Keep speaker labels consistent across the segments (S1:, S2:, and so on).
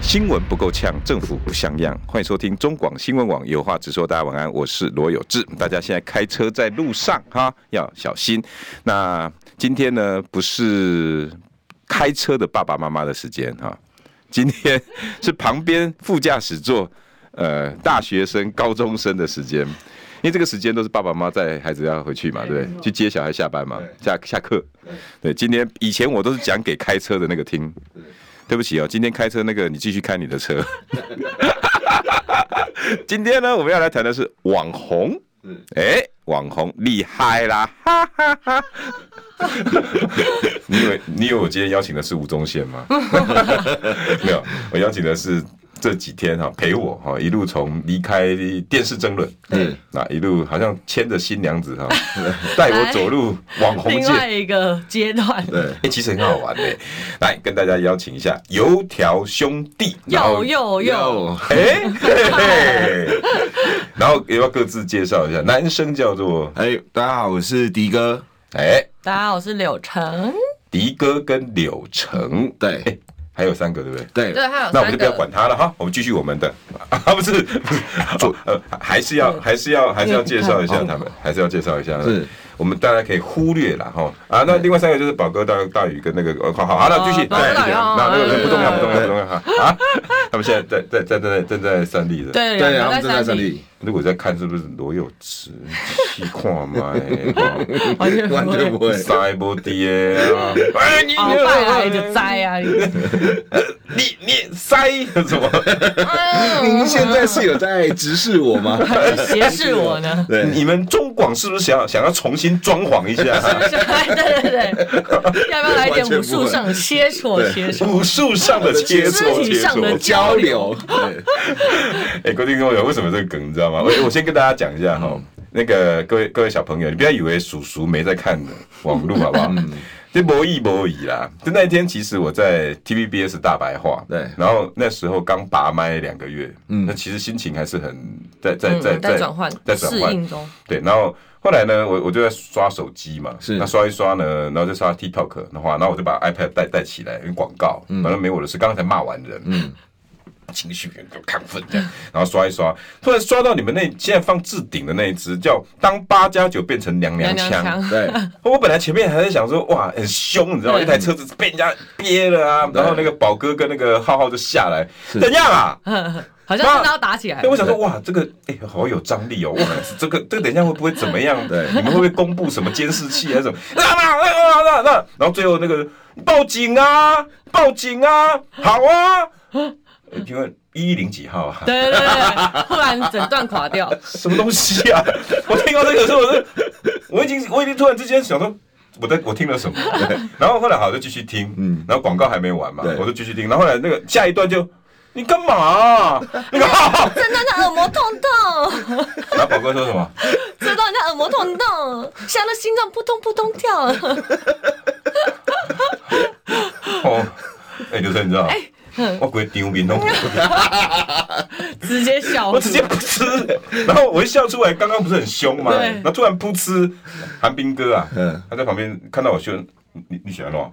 S1: 新闻不够呛，政府不像样。欢迎收听中广新闻网，有话直说。大家晚安，我是罗有志。大家现在开车在路上哈，要小心。那今天呢，不是开车的爸爸妈妈的时间哈，今天是旁边副驾驶座呃大学生、高中生的时间，因为这个时间都是爸爸妈妈带孩子要回去嘛，对不对？去接小孩下班嘛，下下课。对，今天以前我都是讲给开车的那个听。对不起哦，今天开车那个你继续开你的车。 今天呢，我们要来谈的是网红。哎，网红厉害啦！哈哈哈 你以为你以为我今天邀请的是吴宗宪吗？ 没有，我邀请的是这几天哈、陪我哈、一路从离开电视争论，嗯，那一路好像牵着新娘 子哈、带我走入网红
S2: 另
S1: 界。
S2: 外一个阶段，
S3: 对，
S1: 哎、 其实很好玩呢、来跟大家邀请一下油条兄弟，然后
S2: 又又哦又，
S3: 又
S1: 哎、嘿嘿然后也要各自介绍一下，男生叫做
S3: 哎，大家好，我是迪哥。
S1: 哎、
S2: 大家好，我是柳橙，
S1: 迪哥跟柳橙，
S3: 对
S1: 哎还有三个对不对？
S3: 对，
S2: 对，还有
S1: 那我们
S2: 三
S1: 就不要
S2: 个，
S1: 管他了哈，我们继续我们的啊，不 是不是，哦呃，还是
S2: 嗯
S1: 要还是要还是要介绍一下他们，还是要介绍一下。
S3: 是，
S1: 我们大家可以忽略了哈啊。那另外三个就是宝哥、大大宇跟那个呃，好好好，那继续，
S2: 宝哥
S1: 对
S2: 大宇哦
S1: 那那个
S2: 对
S1: 不重要不重要
S3: 对
S1: 不重要哈啊。他们现在在在在在在正在三立的，
S2: 对，
S3: 对，然
S2: 两
S3: 后
S2: 个
S3: 正在这
S2: 里，
S3: 里，
S1: 如果在看是不是罗有志、西矿 嘛，哎
S2: 完 全
S3: 完
S2: 不
S3: 全
S2: 会
S3: 不会。
S1: 塞波爹啊，哎你
S2: 鳌拜哦来就 栽啊！ 你
S1: 你你塞什么？
S3: 您现在是有在直视我 吗？？
S2: 还是斜视我呢
S3: 对，
S1: 你们中广是不是想要想要重新装潢一 下
S2: 对对对，要不要来点武术上切磋切 磋？
S1: 武术上的切磋
S2: 肢体
S1: 切
S2: 上的
S1: 磋？
S3: 交流，对
S1: 哎，各位听众朋友，为什么这个梗你知道吗？我我先跟大家讲一下哈，那个各位各位小朋友，你不要以为叔叔没在看网络好不好？这博弈博弈啦！就那一天，其实我在 TVBS 大白话，
S3: 对
S1: 然后那时候刚拔麦两个月，嗯，那其实心情还是很在在
S2: 嗯
S1: 在
S2: 在转换
S1: 在，转
S2: 适
S1: 换
S2: 应中，
S1: 对，然后后来呢，我我就在刷手机嘛，
S3: 是
S1: 那刷一刷呢，然后就刷 TikTok 的话，然后我就把 iPad 带带起来，因为广告，反正没我的事，刚才骂完人，嗯。情绪很亢奋这样， 然后刷一刷，突然刷到你们那现在放置顶的那一只，叫当八加九变成娘娘
S2: 娘
S1: 腔。
S2: 娘腔，
S3: 对，
S1: 我本来前面还在想说，哇，很凶，你知道吗？
S2: 对
S1: 一台车子被人家憋了啊，然后那个宝哥跟那个浩浩就下来，怎样啊？
S2: 好像真的要打起来
S1: 对，。我想说，哇，这个哎、好有张力哦！哇，这个这个等一下会不会怎么样？
S3: 对
S1: 你们会不会公布什么监视器还是什么？ 啊啊啊啊啊啊！然后最后那个报警啊，报警啊，好啊！呃请问一零几号啊？
S2: 对对对对，忽然整段垮 掉，
S1: 什么东西啊？ 我听到这个时候，我是我已经我已经突然之间想说。我在我听了什么？ 然后后来好就继续听，嗯，然后广告还没完嘛
S3: 对，
S1: 我就继续听。然后后来那个下一段就你干嘛、啊？ 那个，
S2: 真的，他耳膜痛 痛，
S1: 然后宝哥说什么？
S2: 真的，他耳膜痛痛，吓得心脏扑通扑通跳。
S1: 哦，哎、刘生，你知道吗？我鬼丢面弄，
S2: 直接 笑
S1: 我直接噗嗤，然后我一笑出来，刚刚不是很凶吗？
S2: 对
S1: 然后突然噗嗤，韩冰哥啊，
S3: 嗯
S1: 他在旁边看到我凶，你你你喜欢弄？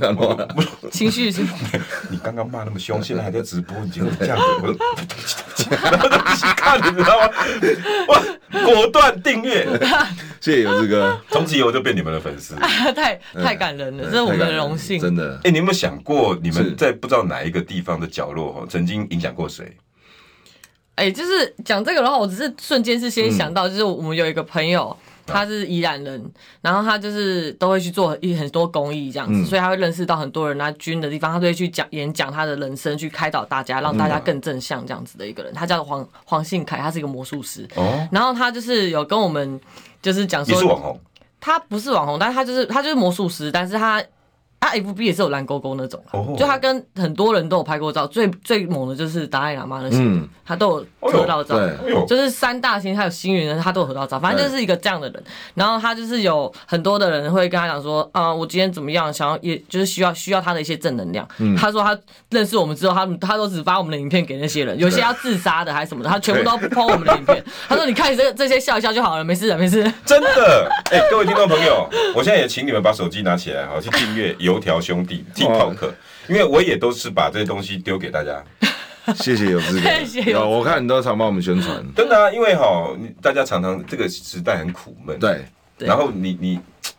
S3: 然后
S1: 不是，
S2: 情绪是
S1: 你刚刚骂那么 凶，现在还在直播，你就这样子，我就然后就继续看，你知道吗？我果断订阅，
S3: 谢谢游志哥，
S1: 从此以后我就变你们的粉丝。
S2: 太嗯太感人 了，这是我们的荣幸。
S3: 真的
S1: 哎、你有没有想过，你
S3: 是
S1: 们在不知道哪一个地方的角落哦，曾经影响过谁？
S2: 哎、就是讲这个的话，我只是瞬间是先想到，就是我们有一个朋友，他是宜兰人，然后他就是都会去做一很多公益这样子，所以他会认识到很多人他军的地方，他都会去讲演讲他的人生，去开导大家，让大家更正向这样子的一个人。他叫黄黄信凯，他是一个魔术师，
S1: 哦，
S2: 然后他就是有跟我们就是讲
S1: 你
S2: 说，
S1: 是网红，
S2: 他不是网红，但是他就是他就是魔术师，但是他他 FB 也是有蓝勾勾那种啊
S1: 哦，
S2: 就他跟很多人都有拍过照，最最猛的就是达赖喇嘛那些
S3: 嗯，
S2: 他都有合到照
S3: 哎呦。
S1: 哎呦，
S2: 就是三大星，还有星云人，他都有合到照，反正就是一个这样的人。然后他就是有很多的人会跟他讲说，啊、我今天怎么样，想要也就是需要需要他的一些正能量。
S3: 嗯
S2: 他说他认识我们之后，他们他都只发我们的影片给那些人，有些要自杀的还是什么的，他全部都不 po 我们的影片。他说你看这这些笑一笑就好了，没事的，没事。
S1: 真的，哎、各位听众朋友，我现在也请你们把手机拿起来，好去订阅油条兄弟 TikTok，因为我也都是把这些东西丢给大家。
S3: 谢谢有资
S2: 谢谢
S3: 格，
S2: 有
S3: 有我看你都常帮我们宣传，
S1: 真的啊，因为哈，你大家常常这个时代很苦闷，，
S3: 对，
S2: 对
S1: 然后你你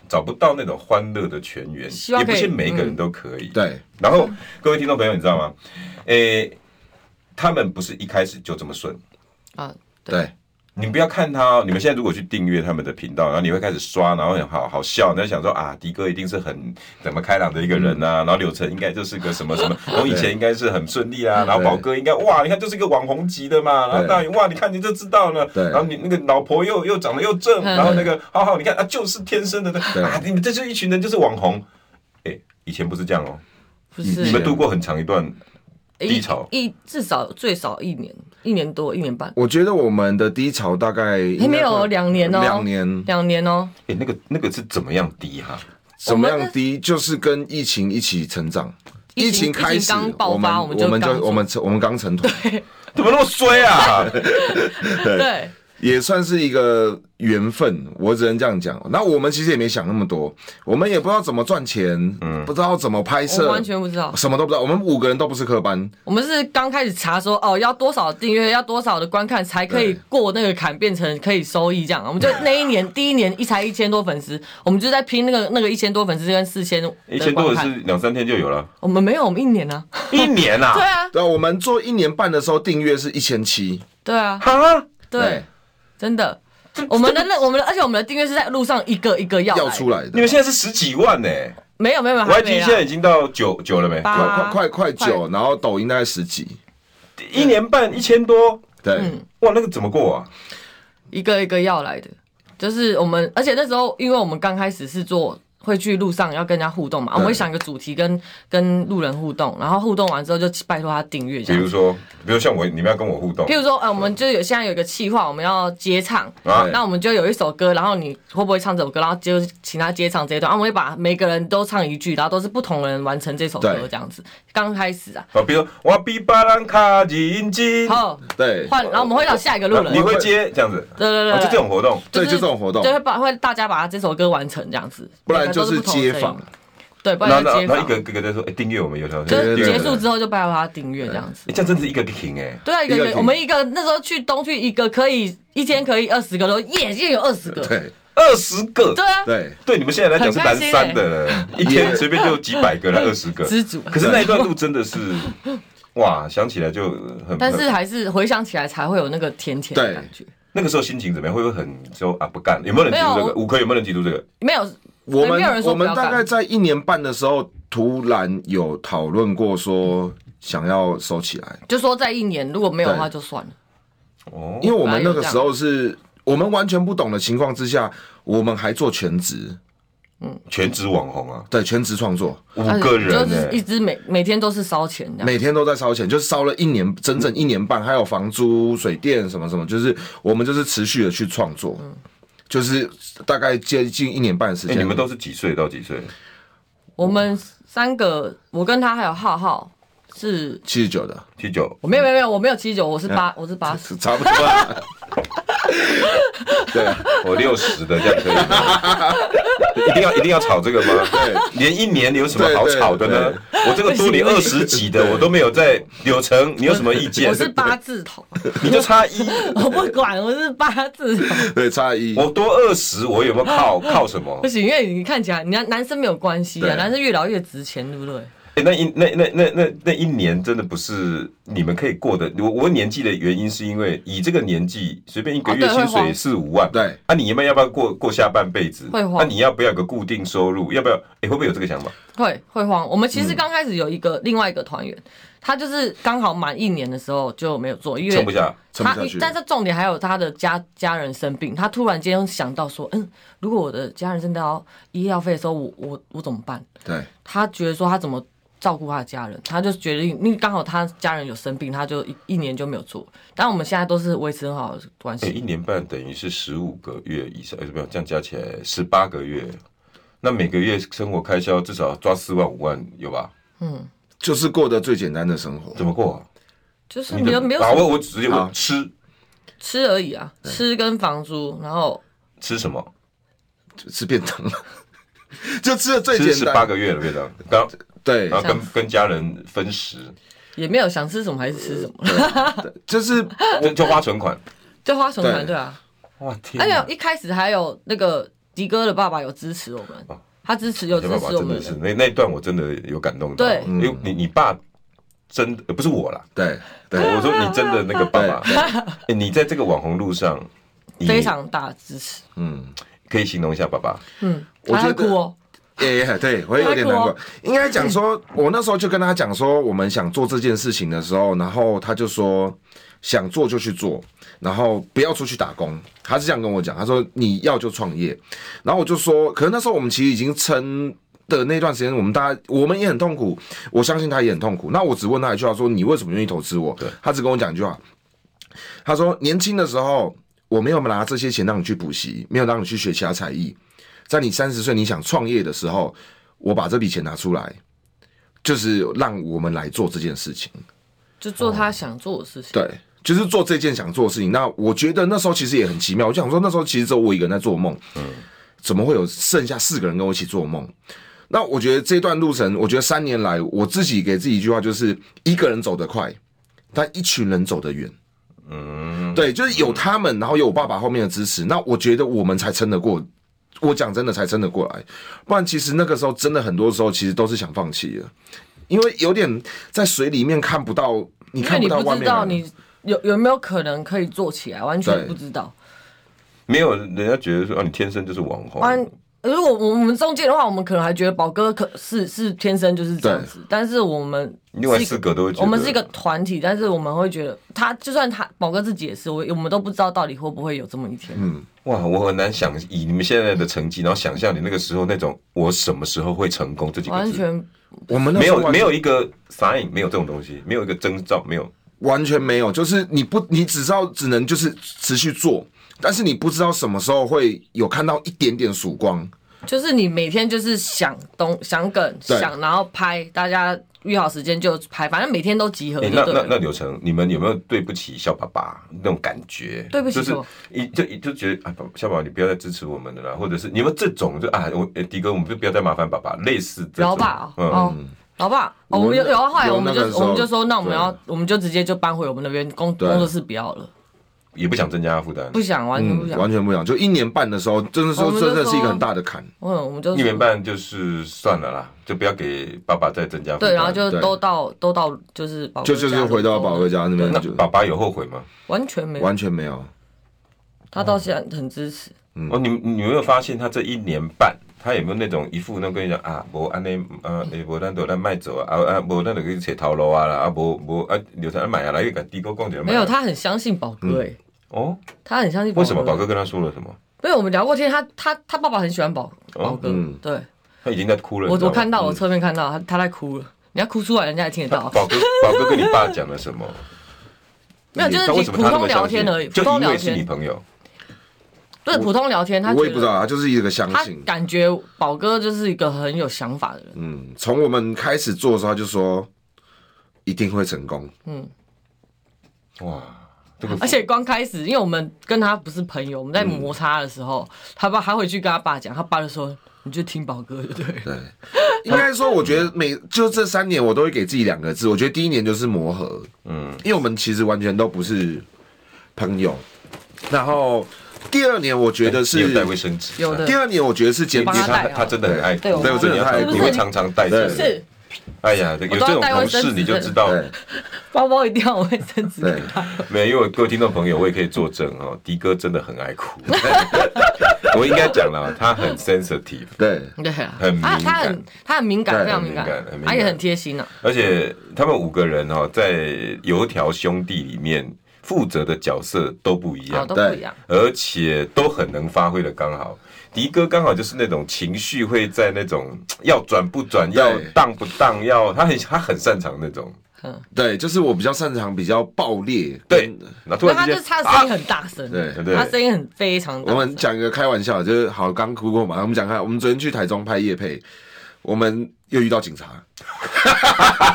S1: 找不到那种欢乐的泉源，
S2: 希望
S1: 也
S2: 可
S1: 不
S2: 以嗯
S1: 是每一个人都可以。
S3: 对，
S1: 然后各位听众朋友，你知道吗？诶、他们不是一开始就这么顺。
S2: 啊，
S3: 对，
S1: 你不要看他哦，你们现在如果去订阅他们的频道，然后你会开始刷，然后很好好笑，你就想说啊，迪哥一定是很怎么开朗的一个人呐、然后柳晨应该就是个什么 什么，我以前应该是很顺利啊，然后宝哥应该哇，你看就是个网红级的嘛，然后
S3: 对
S1: 大宇哇，你看你就知道了，
S3: 对
S1: 然后你那个老婆又又长得又正，
S2: 嗯
S1: 然后那个浩浩你看啊，就是天生的
S3: 对
S1: 那啊，你们这就是一群人就是网红，哎，以前不是这样哦，
S2: 不是
S1: 你们度过很长一段，
S2: 一
S1: 低潮
S2: 一至少最少一年，一年多，一年半，
S3: 我觉得我们的低潮大概
S2: 还
S3: 应
S2: 没
S3: 该
S2: 有
S3: 会
S2: 两年哦，
S3: 两年
S2: 两年哦，
S1: 哎，那个那个是怎么样低哈、
S3: 怎么样低，就是跟疫情一起成长。
S2: 疫
S3: 疫
S2: 情
S3: 情
S2: 疫
S3: 开始，
S2: 情刚爆发
S3: 我们
S2: 我
S3: 们
S2: 们就
S3: 就
S2: 刚
S3: 我们成我们刚成团，
S1: 怎么那么衰 啊？
S2: 对，
S3: 也算是一个缘分，我只能这样讲。那我们其实也没想那么多，我们也不知道怎么赚钱，不知道怎么拍
S2: 我们
S3: 摄，
S2: 完全不知道。
S3: 什么都不知道。我们五个人都不是科班，
S2: 我们是刚开始查说哦，要多少订阅，要多少的观看才可以
S3: 对
S2: 过那个坎，变成可以收益这样。我们就那一年第一年一才一千多粉丝，我们就在拼那个那个一千多粉丝跟四千
S1: 一千多
S2: 的观
S1: 人是
S2: 看。
S1: 两三天就有了，
S2: 我们没有，我们一年啊。
S1: 一年啊
S2: 对。啊，
S3: 对啊，我们做一年半的时候订阅是一千七，
S2: 对啊，
S1: 啊，
S2: 对，真的。我们的那我们的，而且我们的订阅是在路上一个一个要
S3: 要出
S2: 来。
S3: 来
S1: 你
S3: 的
S1: 们，现在是十几万呢、
S2: 没有没有没有，
S1: 我
S2: 还
S1: y
S2: 没
S1: g
S2: 啦
S1: 现在已经到九九了没？
S3: 快
S2: 八
S3: 快快快九，然后抖音大概十几，
S1: 一年半一千多，
S3: 对，
S2: 嗯
S1: 哇，那个怎么过啊？
S2: 一个一个要来的，就是我们，而且那时候因为我们刚开始是做。会去路上要跟人家互动嘛？我们会想一个主题跟跟路人互动，然后互动完之后就拜托他订阅这
S1: 比
S2: 样
S1: 如。说，比如像我，你们要跟我互动
S2: 譬，如说，呃，我们就有现在有一个企划，我们要接唱，
S1: 啊
S2: 那我们就有一首歌，然后你会不会唱这首歌，然后就请他接唱这一段，然后啊我们会把每个人都唱一句，然后都是不同人完成这首歌
S3: 对
S2: 这样子。刚开始啊，
S1: 啊，比如说我比巴兰卡金金，
S2: 好
S3: 对，
S2: 换，然后我们会到下一个路人，
S1: 你
S2: 对
S1: 会接这样子，
S2: 对对
S1: 哦，就
S2: 对，
S1: 这种活动，
S3: 对，就这种活动
S2: 就，会把会大家把这首歌完成这样子，
S3: 不然就
S2: 每
S3: 是
S2: 个都不同的
S3: 街
S2: 声音
S3: 访，
S2: 对，不
S1: 然后
S2: 然就
S1: 然后
S2: 街
S1: 然后一
S2: 访
S1: 个，一个在说，哎，订阅我们有条，
S2: 就
S1: 对
S2: 是
S1: 对
S2: 结
S1: 对
S2: 束之后就拜托他订阅这样子。
S1: 哎这样真的是一个 king 哎，
S2: 对啊，一个
S3: 一个
S2: 一个我们一个那时候去东区一个可以一天可以二十个都耶，也有二十个，
S3: 对
S1: 二十个，
S2: 对啊，
S3: 对，
S1: 对你们现在来讲是
S2: 很开
S1: 蛮
S2: 心
S1: 三的了，一天随便就几百个了，二十个，
S2: 知足。
S1: 可是那一段路真的是，哇，想起来就很。
S2: 但是还是回想起来才会有那个甜甜的感觉。
S1: 那个时候心情怎么样？会不会很说啊不干？有没有人提
S2: 没
S1: 出
S2: 有
S1: 这个？五科有没有人提出这个？
S2: 没有，
S3: 我
S2: 没有人
S3: 们
S2: 说
S3: 我
S2: 不
S3: 们
S2: 要
S3: 大概
S2: 干，
S3: 在一年半的时候，突然有讨论过说想要收起来，
S2: 就说在一年如果没有的话
S3: 对
S2: 就算了。
S1: 哦，
S3: 因为我们那个时候是我们完全不懂的情况之下，我们还做全职，
S1: 全职网红啊，
S3: 对，全职创作，
S1: 五个人
S2: 啊
S1: 欸
S2: 就是
S1: 呢
S2: 一，直每每天都是烧钱这样。
S3: 每天都在烧钱，就是烧了一年，整整一年半，还有房租、水电什么什么，就是我们就是持续的去创作，
S2: 嗯
S3: 就是大概接近一年半的时
S1: 哎，
S3: 间。
S1: 你们都是几岁到几岁？
S2: 我们三个，我跟他还有浩浩是，
S3: 七十 九的，
S1: 七九，
S2: 我没有没有没有，我没有七九，我是
S3: 啊
S2: 八，我是八十。
S3: 是差不多啊。对
S1: 啊我六十的，这样可以吗？一定要一定要吵这个吗？对，连一年有什么好吵的呢？我这个多你二十几的，我都没有在柳城，你有什么意见
S2: 我？是八字头，
S1: 你就差一，
S2: 我不管，我是八字头。
S3: 对，差一。
S1: 我多二十，我有没有 靠靠什么
S2: 不？行，因为你看起来，你看男生没有关系啊，
S3: 对
S2: 男生越聊越值钱，对不对？
S1: 欸、那一那那那那那一年真的不是你们可以过的。我我年纪的原因是因为以这个年纪，随便一个
S2: 哦
S1: 月
S2: 对
S1: 薪
S2: 会
S1: 水
S2: 慌
S1: 四五万，
S3: 对
S1: 啊，你们要不要过过下半辈子？
S2: 会慌
S1: 那、你要不要有个固定收入？要不要？哎、会不会有这个想法？
S3: 嗯
S2: 会会慌。我们其实刚开始有一个、另外一个团员，他就是刚好满一年的时候就没有做，因
S4: 撑不
S2: 为
S4: 下。
S3: 撑不
S2: 他
S3: 下去，
S2: 但是重点还有他的家家人生病，他突然间想到说，嗯，如果我的家人真的要医药费的时候，我我我怎么办？
S3: 对，
S2: 他觉得说他怎么照顾他的家人，他就决定，因为刚好他家人有生病，他就一一年就没有做。但我们现在都是维持很好的关
S1: 哎、
S2: 系。
S1: 一年半等于是十五个月以上，哎、没有，这样加起来十八个月，那每个月生活开销至少抓四万五万有吧？
S3: 就是过得最简单的生活。
S1: 怎么过、啊？
S2: 就是
S1: 你
S2: 没有
S1: 的
S2: 没有
S1: 把
S2: 什
S1: 握，
S2: 么
S1: 我只有
S3: 好
S1: 吃
S2: 吃而已啊，吃跟房租，然后
S1: 吃什么？
S3: 吃便当了， 就吃的最
S1: 吃
S3: 简
S1: 十八
S3: 单。
S1: 个啊月了，变成刚
S3: 对，
S1: 然后跟跟家人分食，
S2: 也没有想吃什么还是吃什么，
S3: 就是
S1: 就就花存款。
S2: 就花存款
S3: 对
S2: 对啊。
S1: 哇天
S2: 而
S1: 哪！
S2: 且一开始还有那个迪哥的爸爸有支持我们，他支持有
S1: 你
S2: 支
S1: 爸爸
S2: 持我
S1: 真
S2: 们
S1: 的是。那那一段我真的有感动到，
S2: 对
S1: 因为你你爸真的呃不是我 啦，
S3: 对对
S1: 我说你真的那个爸爸，哎你在这个网红路上，你
S2: 非常大的支持，
S1: 可以形容一下爸爸，
S2: 嗯，
S3: 我
S2: 他
S3: 觉
S2: 会
S3: 得
S2: 哭哦，
S3: 也、对我也有点难
S2: 太
S3: 过
S2: 酷。
S3: 应该讲说，我那时候就跟他讲说，我们想做这件事情的时候，然后他就说想做就去做，然后不要出去打工。他是这样跟我讲，他说你要就创业，然后我就说，可能那时候我们其实已经撑。的那段时间，我们大家我们也很痛苦，我相信他也很痛苦。那我只问他一句话，说你为什么愿意投资我？他只跟我讲一句话，他说年轻的时候我没有拿这些钱让你去补习，没有让你去学其他才艺，在你三十岁你想创业的时候，我把这笔钱拿出来，就是让我们来做这件事情。
S2: 就做他想做的事情。
S3: 对，就是做这件想做的事情。那我觉得那时候其实也很奇妙，我就想说那时候其实只有我一个人在做梦，嗯，怎么会有剩下四个人跟我一起做梦？那我觉得这段路程，我觉得三年来我自己给自己一句话，就是一个人走得快，但一群人走得远。嗯，对，就是有他们，然后有我爸爸后面的支持，那我觉得我们才撑得过。我讲真的，才撑得过来，不然其实那个时候真的很多时候其实都是想放弃的，因为有点在水里面看不到，你
S2: 因
S3: 看
S2: 为你
S3: 到外
S2: 不
S3: 面
S2: 知
S3: 的
S2: 道
S3: 人
S2: 你有有没有可能可以做起来，完全
S3: 对
S2: 不知道。
S1: 没有人家觉得说啊你天生就是网红，
S2: 完，如果我们中介的话，我们可能还觉得宝哥可是是天生就是这样子，但是我们
S1: 另外
S2: 是一
S1: 四个都会觉得
S2: 我们是一个团体，但是我们会觉得他就算他宝哥自己也是，我我们都不知道到底会不会有这么一天。
S1: 哇，我很难想以你们现在的成绩，然后想象你那个时候那种我什么时候会成功这几个
S2: 完
S1: 字，
S2: 全
S3: 我们那
S1: 没
S3: 时候
S1: 有
S3: 完
S1: 没有一个 sign，没有这种东西，没有一个征兆，没有。
S3: 完全没有，就是你不你只知道只能就是持续做，但是你不知道什么时候会有看到一点点曙光。
S2: 就是你每天就是想东想梗
S3: 对
S2: 想，然后拍，大家约好时间就拍，反正每天都集合
S1: 哎、
S2: 就
S1: 那
S2: 对
S1: 那
S2: 了。
S1: 那柳成，你们有没有对不起小爸爸那种感觉？
S2: 对不起
S1: 就是
S2: 什么
S1: 一就一就觉得啊，爸小爸爸你不要再支持我们了啦，或者是你们这种就啊，我、哎迪哥，我们就不要再麻烦爸爸，类似这种。
S2: 老爸哦
S1: 嗯，
S2: 哦，老爸，哦
S3: 我
S2: 我们有有啊后来
S3: 有
S2: 我们就
S3: 那个时候
S2: 我们就说，那我们要我们就直接就搬回我们那边工
S3: 对
S2: 工作室不要了，
S1: 也不想增加他负担
S2: 不。想完全不哦
S3: 嗯，
S2: 想。
S3: 完全不一样。就一年半的时候，真的说
S2: 我们就
S3: 真的是一个
S2: 说
S3: 很大的坎。
S2: 嗯，我们就
S1: 一年半就是算了啦，就不要给爸爸再增加负担。
S2: 对，然后就
S3: 对
S2: 都到都到就是宝
S3: 就就是回到宝哥
S2: 家，
S3: 家那边
S1: 那
S3: 就
S1: 爸爸有后悔吗？
S2: 完全没有，
S3: 完全没有。
S2: 他到现在很支持。
S3: 嗯
S1: 哦，你你有没有发现他这一年半，他有没有那种一副那跟你讲啊，无安尼，啊，诶，无咱就咱卖走啊，啊啊，无咱就去找头路啊啦，啊，无无啊，留咱买啊，来去跟地沟讲点。
S2: 没有，他很相信宝哥诶，
S1: 哦，
S2: 他很相信。
S1: 为什么宝？哥跟他说了什么？
S2: 因为我们聊过天，他他他爸爸很喜欢宝
S1: 哦
S2: 宝哥，
S1: 嗯
S2: 对
S1: 他已经在哭了。你
S2: 我
S1: 知道
S2: 我
S1: 吗
S2: 看到我侧面看到他他在哭了，你要哭出来，人家也听得到。
S1: 嗯宝哥，宝哥跟你爸讲了什么？
S2: 没有， 就
S1: 但为
S2: 是
S1: 什
S2: 普
S1: 么他那么
S2: 通聊
S1: 相信
S2: 天而已，普
S1: 就
S2: 通
S1: 因
S2: 聊
S1: 为是你
S2: 天，
S1: 朋友，
S2: 对普通聊天，他
S3: 我
S2: 觉
S3: 也不知
S2: 得
S3: 道，他就是一个相
S2: 他
S3: 信。
S2: 感觉宝哥就是一个很有想法的人，
S3: 嗯，从我们开始做的时候，他就说一定会成功。
S1: 哇，这个
S2: 而且刚开始，因为我们跟他不是朋友，我们在摩擦的时候，他爸他回去跟他爸讲，他爸就说你就听宝哥就对了。
S3: 应该说，我觉得每就这三年，我都会给自己两个字。我觉得第一年就是磨合，嗯，因为我们其实完全都不是朋友。然后第二年，我觉得
S1: 哎你有带
S3: 是
S1: 卫生纸，
S2: 有的
S3: 第二年，我觉得是
S1: 因
S3: 坚
S1: 为
S2: 帮
S3: 持
S2: 他带
S1: 他
S2: 啊
S1: 他真的很爱哭，
S2: 对我
S3: 对我真的太
S1: 你会常常带着
S3: 对
S1: 的。
S2: 是
S1: 哎呀，有这
S2: 我都要
S1: 种
S2: 带卫
S1: 同
S2: 生纸
S1: 事你就知道，
S3: 对
S2: 包包一定要有卫生纸
S3: 对
S2: 给他。
S1: 没有，因为我各位听众朋友，我也可以作证哦，迪哥真的很爱哭。 我应该讲了，他很 sensitive，
S3: 对，
S2: 对啊，
S1: 很敏
S2: 啊他
S1: 感
S2: 很他很敏感，
S3: 对
S2: 非常
S1: 很
S2: 敏感
S1: 敏感很，敏
S2: 他也
S1: 感
S2: 很贴心啊呢。
S1: 而且他们五个人哦，在油条兄弟里面负责的角色都不一
S2: 好
S1: 样，
S2: 都不一样。
S1: 而且都很能发挥的刚好。迪哥刚好就是那种情绪会在那种要转不转，
S3: 对
S1: 要荡不荡，要他很他很擅长那种，
S2: 嗯
S3: 对，就是我比较擅长比较爆裂。
S1: 对
S3: 跟，
S1: 那突
S2: 那
S1: 然
S2: 他
S1: 之
S2: 就
S1: 间哎啊
S2: 是他的声音很大声，
S3: 对
S1: 对
S2: 他声音很非常大
S3: 我
S2: 声。
S3: 们讲一个开玩笑，就是好，刚哭过嘛。我们讲看，我们昨天去台中拍夜配，我们又遇到警察。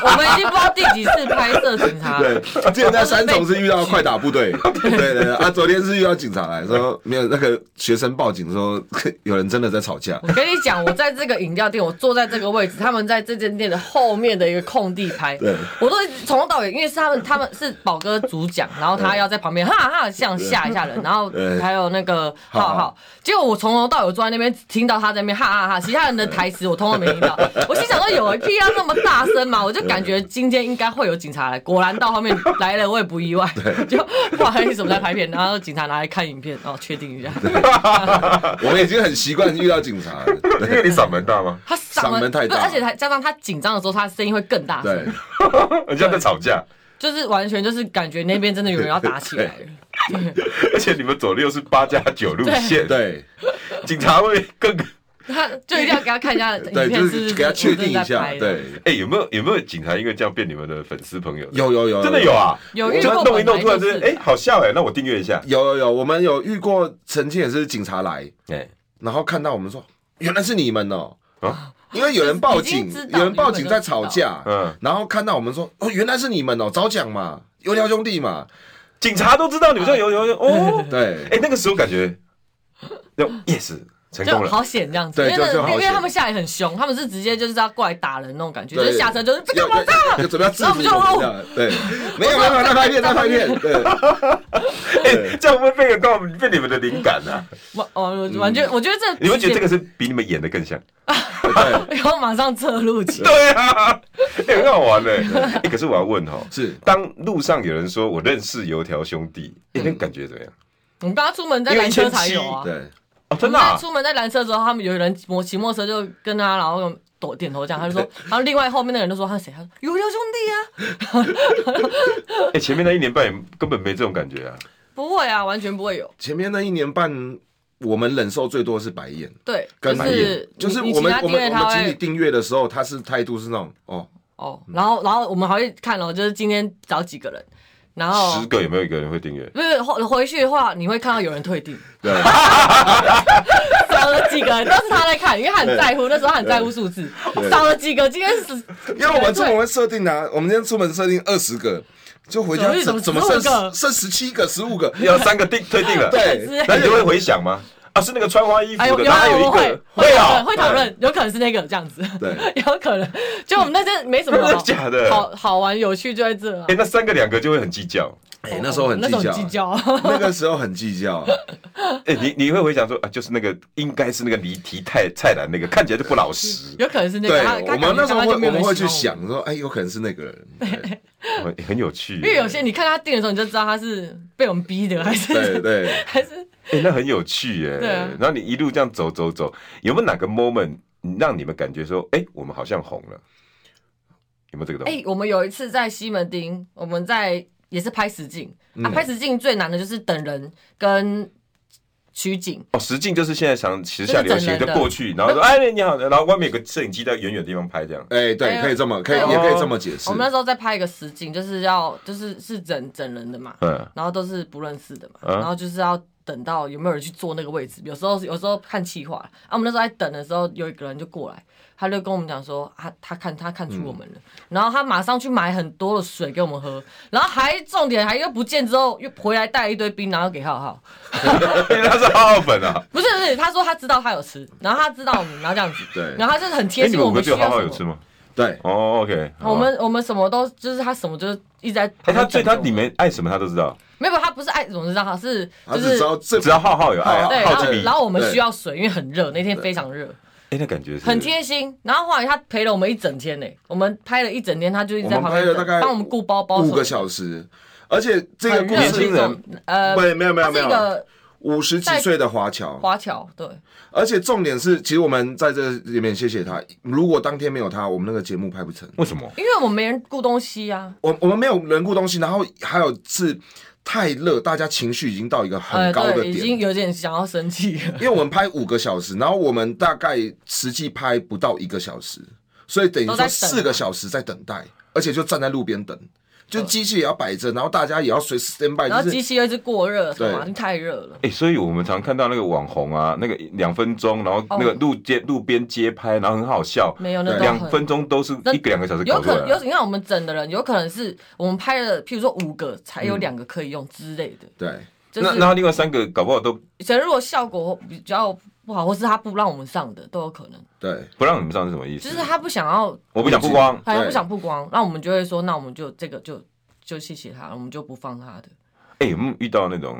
S2: 我们已经不知道第几次拍摄警察了
S3: 对，， 之前在三重是遇到快打 部队，对对对啊，昨天是遇到警察来说，没有那个学生报警说 有人真的在吵架。
S2: 我跟你讲，我在这个饮料店，我坐在这个位置，他们在这间店的后面的一个空地拍，
S3: 对
S2: 我都一直从头到尾，因为是他们，他们是宝哥主讲，然后他要在旁边哈哈像吓一下人，然后
S3: 对
S2: 还有那个
S3: 浩浩
S2: 浩浩，结果我从头到尾坐在那边听到他在那边哈哈哈，其他人的台词我通通没听到，我心想说有必要那么大声吗？我就感觉今天应该会有警察来，果然到后面来了，我也不意外，就不好意思我们在拍片，然后警察拿来看影片，哦，确定一下，
S3: 我们已经很习惯遇到警察了，
S1: 因为你嗓门大吗？
S2: 他
S3: 嗓
S2: 嗓
S3: 门太大
S2: 不是而且他加上他紧张的时候，他的声音会更大声，
S3: 对，
S1: 人家在吵架，
S2: 就是完全就是感觉那边真的有人要打起 来了。
S1: 而且你们走的又是八加九路线，，
S3: 对
S1: 警察会更
S2: 他就一定要给他看一下影
S3: 对，
S2: 片，
S3: 就是
S2: 不
S3: 是
S2: 是
S3: 给他确定
S2: 真
S3: 一
S2: 的在
S3: 下
S2: 拍，的。
S3: 对，
S1: 哎、有没有有没有警察因为这样变你们的粉丝朋友？
S3: 有有有，
S1: 真的有啊，
S2: 有遇
S1: 就
S2: 过
S1: 弄一弄，
S2: 本来
S1: 突然
S2: 就
S1: 之
S2: 是
S1: 间哎、好笑哎、那我订阅一下，
S3: 有有有，我们有遇过，曾经也是警察来，
S1: 哎、
S3: 然后看到我们说，原来是你们哦、
S1: 啊
S3: 因为有人报警
S2: 已经知，道
S3: 有人报警在吵架，
S1: 嗯
S3: 然后看到我们说，哦，原来是你们哦、早讲嘛，油条兄弟嘛，
S1: 警察都知道你们这有有有哦，
S3: 对
S1: 哎、那个时候感觉，那 yes 成功
S2: 就
S1: 了，
S2: 好险这样子，
S3: 对
S2: 因为那
S3: 就就好
S2: 个因
S3: 险
S2: 为他们下来很凶，他们是直接就是要过来打人那种感觉，
S3: 对
S2: 就是下车就是这
S3: 要
S2: 干嘛这样？
S3: 要准备要制服我们
S2: 然后我们
S3: 这
S2: 就
S3: 样，对，没有没有，在拍片，在拍片， 对，
S1: 哎、这样会不会被告被你们的灵感啊？
S2: 完哦，完
S3: 嗯
S2: 全我觉得这
S1: 你们觉得这个
S2: 个
S1: 是比你们演的更像？
S2: 然后马上侧录 起，
S1: 对啊， 哎很好玩嘞、哎可是我要问哦，
S3: 是
S1: 当路上有人说我认识油条兄弟，哎、那感觉怎么样？
S2: 我们刚刚出门在拦车才有啊，
S3: 对，
S1: 哦，
S2: 我
S1: 真的、
S2: 们在
S1: 啊，
S2: 出门在拦车的时候，他们有人摩骑摩托车就跟他，然后抖点头这样，他就 说，然后另外后面那个人就说他是谁？他说油条兄弟啊，
S1: 哎、前面那一年半也根本没这种感觉啊，
S2: 不会啊，完全不会有，
S3: 前面那一年半，我们忍受最多的是白眼。
S2: 对，
S3: 跟
S2: 就
S3: 白眼
S2: 是
S3: 就是
S2: 你
S3: 我们
S2: 你其他订
S3: 我
S2: 阅
S3: 们我
S2: 他
S3: 们请你
S2: 会
S3: 订阅的时候，他是态度是那种哦，
S2: 哦，然后然后我们还会看哦，就是今天找几个人，然后
S1: 十个有没有一个人会订阅？
S2: 不是回回去的话，你会看到有人退订，
S3: 对，
S2: 少了几个人，都是他在看，因为他很在乎，那时候他很在乎数字，少了几个，今天是
S3: 因为我们出门会设定啊，我们今天出门设定二十个，就回家
S2: 怎么
S3: 怎怎么
S2: 15
S3: 剩
S2: 个
S3: 剩十七个、十五个，
S1: 要三个定退订了，
S3: 对
S2: 之类
S1: 那你就
S2: 的。
S1: 会回想吗？啊，是那个穿花衣服
S2: 哎，有
S1: 的，
S2: 有
S1: 然后还有
S2: 我
S1: 一
S2: 们
S1: 个
S2: 会会讨论
S1: 哦，
S2: 会讨论，有可能是那个这样子，
S3: 啊对，
S2: 有可能。就我们那阵没什 么好，
S1: 真的假的
S2: 好好玩有趣就在这啊
S1: 哎、。那三个两个就会很计较。
S3: 哎，那时候很
S2: 哦那
S3: 计
S2: 时候很
S3: 较啊，
S2: 计较，
S3: 那个时候很计较，啊
S1: 哎、你你会回想说啊，就是那个应该是那个离题太菜篮那个，看起来就不老实，
S2: 有可能是那
S3: 对
S2: 个。他，
S3: 我们那时候会
S2: 就
S3: 我
S2: 没有
S3: 们
S2: 人
S3: 会去
S2: 喜欢
S3: 想说，哎，有可能是那个人，对
S1: 哦很有趣。
S2: 我们，因为有些你看他定的时候，你就知道他是被我们逼的，还
S3: 对
S2: 是
S3: 对，
S2: 还是
S1: 哎、那很有趣耶、
S2: 对啊
S1: 然后你一路这样走走走，有没有哪个 moment 让你们感觉说，哎、我们好像红了？有没有这个东
S2: 哎、
S1: 西？
S2: 我们有一次在西门町，我们在也是拍实景、啊，拍实景最难的就是等人跟取景，
S1: 哦，实境就是现在常时下
S2: 这
S1: 流
S2: 是
S1: 行，
S2: 整人
S1: 就
S2: 的
S1: 过去，然后说，哎，你好，然后外面有个摄影机在远远地方拍这样。
S3: 哎对，
S2: 哎
S3: 可以这么可以
S2: 对
S3: 也可以这么解释
S2: 我，们那时候在拍一个实景，就是要就是是整整人的嘛，
S1: 嗯，
S2: 然后都是不认识的嘛，
S1: 嗯
S2: 然后就是要等到有没有人去坐那个位置。有时候有时候看气话，啊，我们那时候在等的时候，有一个人就过来，他就跟我们讲说，他他看他看出我们了，
S1: 嗯
S2: 然后他马上去买很多的水给我们喝，然后还重点还又不见之后又回来带了一堆冰，然后给浩浩。
S1: 他是浩浩粉 啊。
S2: 不是不是，他说他知道他有吃，然后他知道我们，然后这样子，
S3: 对
S2: 然后他就是很
S1: 哎、
S2: 贴
S1: 你
S2: 心，
S1: 们
S2: 我
S1: 五个
S2: 们
S1: 只
S2: 需
S1: 有
S2: 要
S1: 浩浩
S2: 什
S1: 有吃
S2: 么。
S1: 吗？
S3: 对
S1: 哦，OK，好啊
S2: 我们我们什么都就是他什么就是一直在
S1: 哎、
S2: 旁边讲给我们，
S1: 他对他里面爱什么他都知道，
S2: 没有他不是爱总是让他是
S3: 他
S2: 就
S3: 只
S2: 是
S3: 知道这
S1: 只要浩浩有爱
S3: 浩
S2: 对，
S1: 好
S2: 然
S1: 好
S2: 后
S1: 奇
S2: 然后我们
S3: 对
S2: 需要水，因为很热，那天非常热，
S1: 哎、那感觉是
S2: 很贴心。然后后来他陪了我们一整天呢，我们拍了一整天，他就一直在
S3: 我
S2: 旁
S3: 们拍
S2: 边
S3: 了
S2: 等
S3: 大概
S2: 帮我们顾包包什么
S3: 五
S2: 的，
S3: 个小时，而且这个
S2: 很
S3: 故
S2: 热
S1: 年
S3: 事
S1: 轻人
S2: 那种呃，
S3: 对没有没有
S2: 他
S3: 没
S2: 是一
S3: 有，
S2: 个
S3: 五十几岁的华侨，
S2: 华侨对，
S3: 而且重点是，其实我们在这里面谢谢他。如果当天没有他，我们那个节目拍不成。
S1: 为什么？
S2: 因为我们没人顾东西啊，
S3: 我我们没有人顾东西，然后还有是太热，大家情绪已经到一个很
S2: 呃，
S3: 高的
S2: 对，
S3: 点，
S2: 已经有点想要生气 了。
S3: 因为我们拍五个小时，然后我们大概实际拍不到一个小时，所以等于
S2: 都在
S3: 说
S2: 等啊
S3: 四个小时在等待，而且就站在路边等，就机器也要摆着，然后大家也要随时 stand by，
S2: 然后
S3: 哎就
S2: 机
S3: 是
S2: 器又一直过热，
S3: 对
S2: 干嘛？太热了。
S5: 哎、所以我们常看到那个网红啊，那个两分钟，然后那个
S2: 哦
S5: 路街、路边街拍，然后很好笑，
S2: 没有那
S3: 对
S2: 都
S5: 两
S2: 很
S5: 分钟都是
S2: 那
S5: 一个两个小时
S2: 有
S5: 搞出
S2: 可
S3: 啊
S5: 来
S2: 能有，
S5: 了。
S2: 你看我们整的人，有可能是我们拍了，譬如说五个才
S3: 嗯
S2: 有两个可以用之类的。
S3: 对。
S2: 就
S5: 那
S2: 是，
S5: 那另外三个搞不好都
S2: 可能如果效果比较不好，或是他不让我们上的，都有可能。
S3: 对，
S5: 不让你们上是什么意思？
S2: 就是他不想要，
S5: 我不想曝光，
S2: 好像
S3: 对
S2: 不想曝光，那我们就会说，那我们就这个就就谢谢他，我们就不放他的。
S5: 哎、有没有遇到那种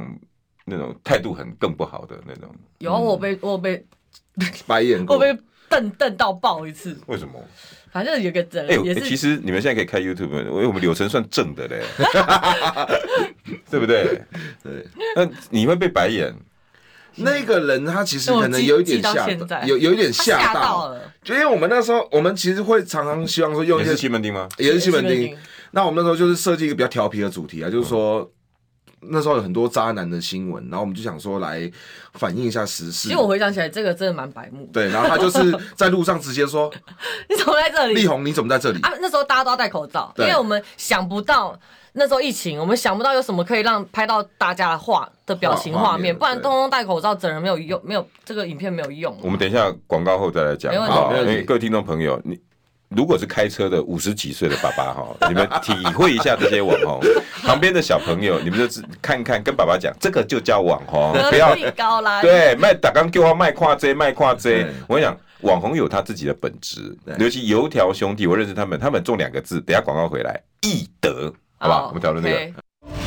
S5: 那种态度很更不好的那种？
S2: 有啊我有被我有被
S3: 白眼
S2: 我
S3: 过
S2: 有，被瞪瞪到爆一次，
S5: 为什么？
S2: 反正有个
S5: 哎、
S2: 呃人也
S5: 欸其
S2: 是。
S5: 实你们现在可以开 YouTube，因为我们柳橙算正的 嘞，对不对？
S3: 对，
S5: 那你会被白眼，
S3: 那个人他其实
S2: 我
S3: 可能
S2: 记
S3: 有一点
S2: 记到
S3: 吓
S2: 现
S3: 到，
S2: 在
S3: 有有一点
S2: 他吓
S3: 吓
S2: 到
S3: 到，
S2: 了，
S3: 就因为我们那时候，我们其实会常常希望说用
S5: 你
S3: 一
S5: 是
S3: 些
S5: 西门町吗？
S3: 也是西门
S2: 西门
S3: 町
S2: 町，
S3: 那我们那时候就是设计一个比较调皮的主题啊，就是说。那时候有很多渣男的新闻，然后我们就想说来反映一下时事
S2: 其实。我回想起来，这个真的蛮白目的。
S3: 对，然后他就是在路上直 接说
S2: 你怎么在这：“里
S3: 丽？红，你怎么在这里
S2: 哎啊，那时候大家都要戴口罩，因
S3: 对
S2: 为我们想不到那时候疫情，我们想不到有什么可以让拍到大家的画的表情
S3: 画
S2: 画
S3: 面
S2: 面，不然
S3: 对
S2: 通通戴口罩，整人没有用，没有这个影片没有用。
S5: 我们等一下广告后再来讲，
S2: 没问题
S5: 好不好？
S3: 没
S5: 因
S3: 问题
S5: 为各位听众朋友，你如果是开车的五十几岁的爸 爸哈，你们体会一下这些网红旁边的小朋友，你们就是看看，跟爸爸讲，这个就叫网红，不
S2: 合
S5: 要
S2: 理高啦，
S5: 对卖打刚给我卖跨 J 卖跨 J
S3: 对。
S5: 我跟你讲，网红有他自己的本质，尤其油条兄弟，我认识他们，他们中两个字，等一下广告回来，易德，好
S2: 哦，
S5: 吧？我们讨论这个。
S2: OK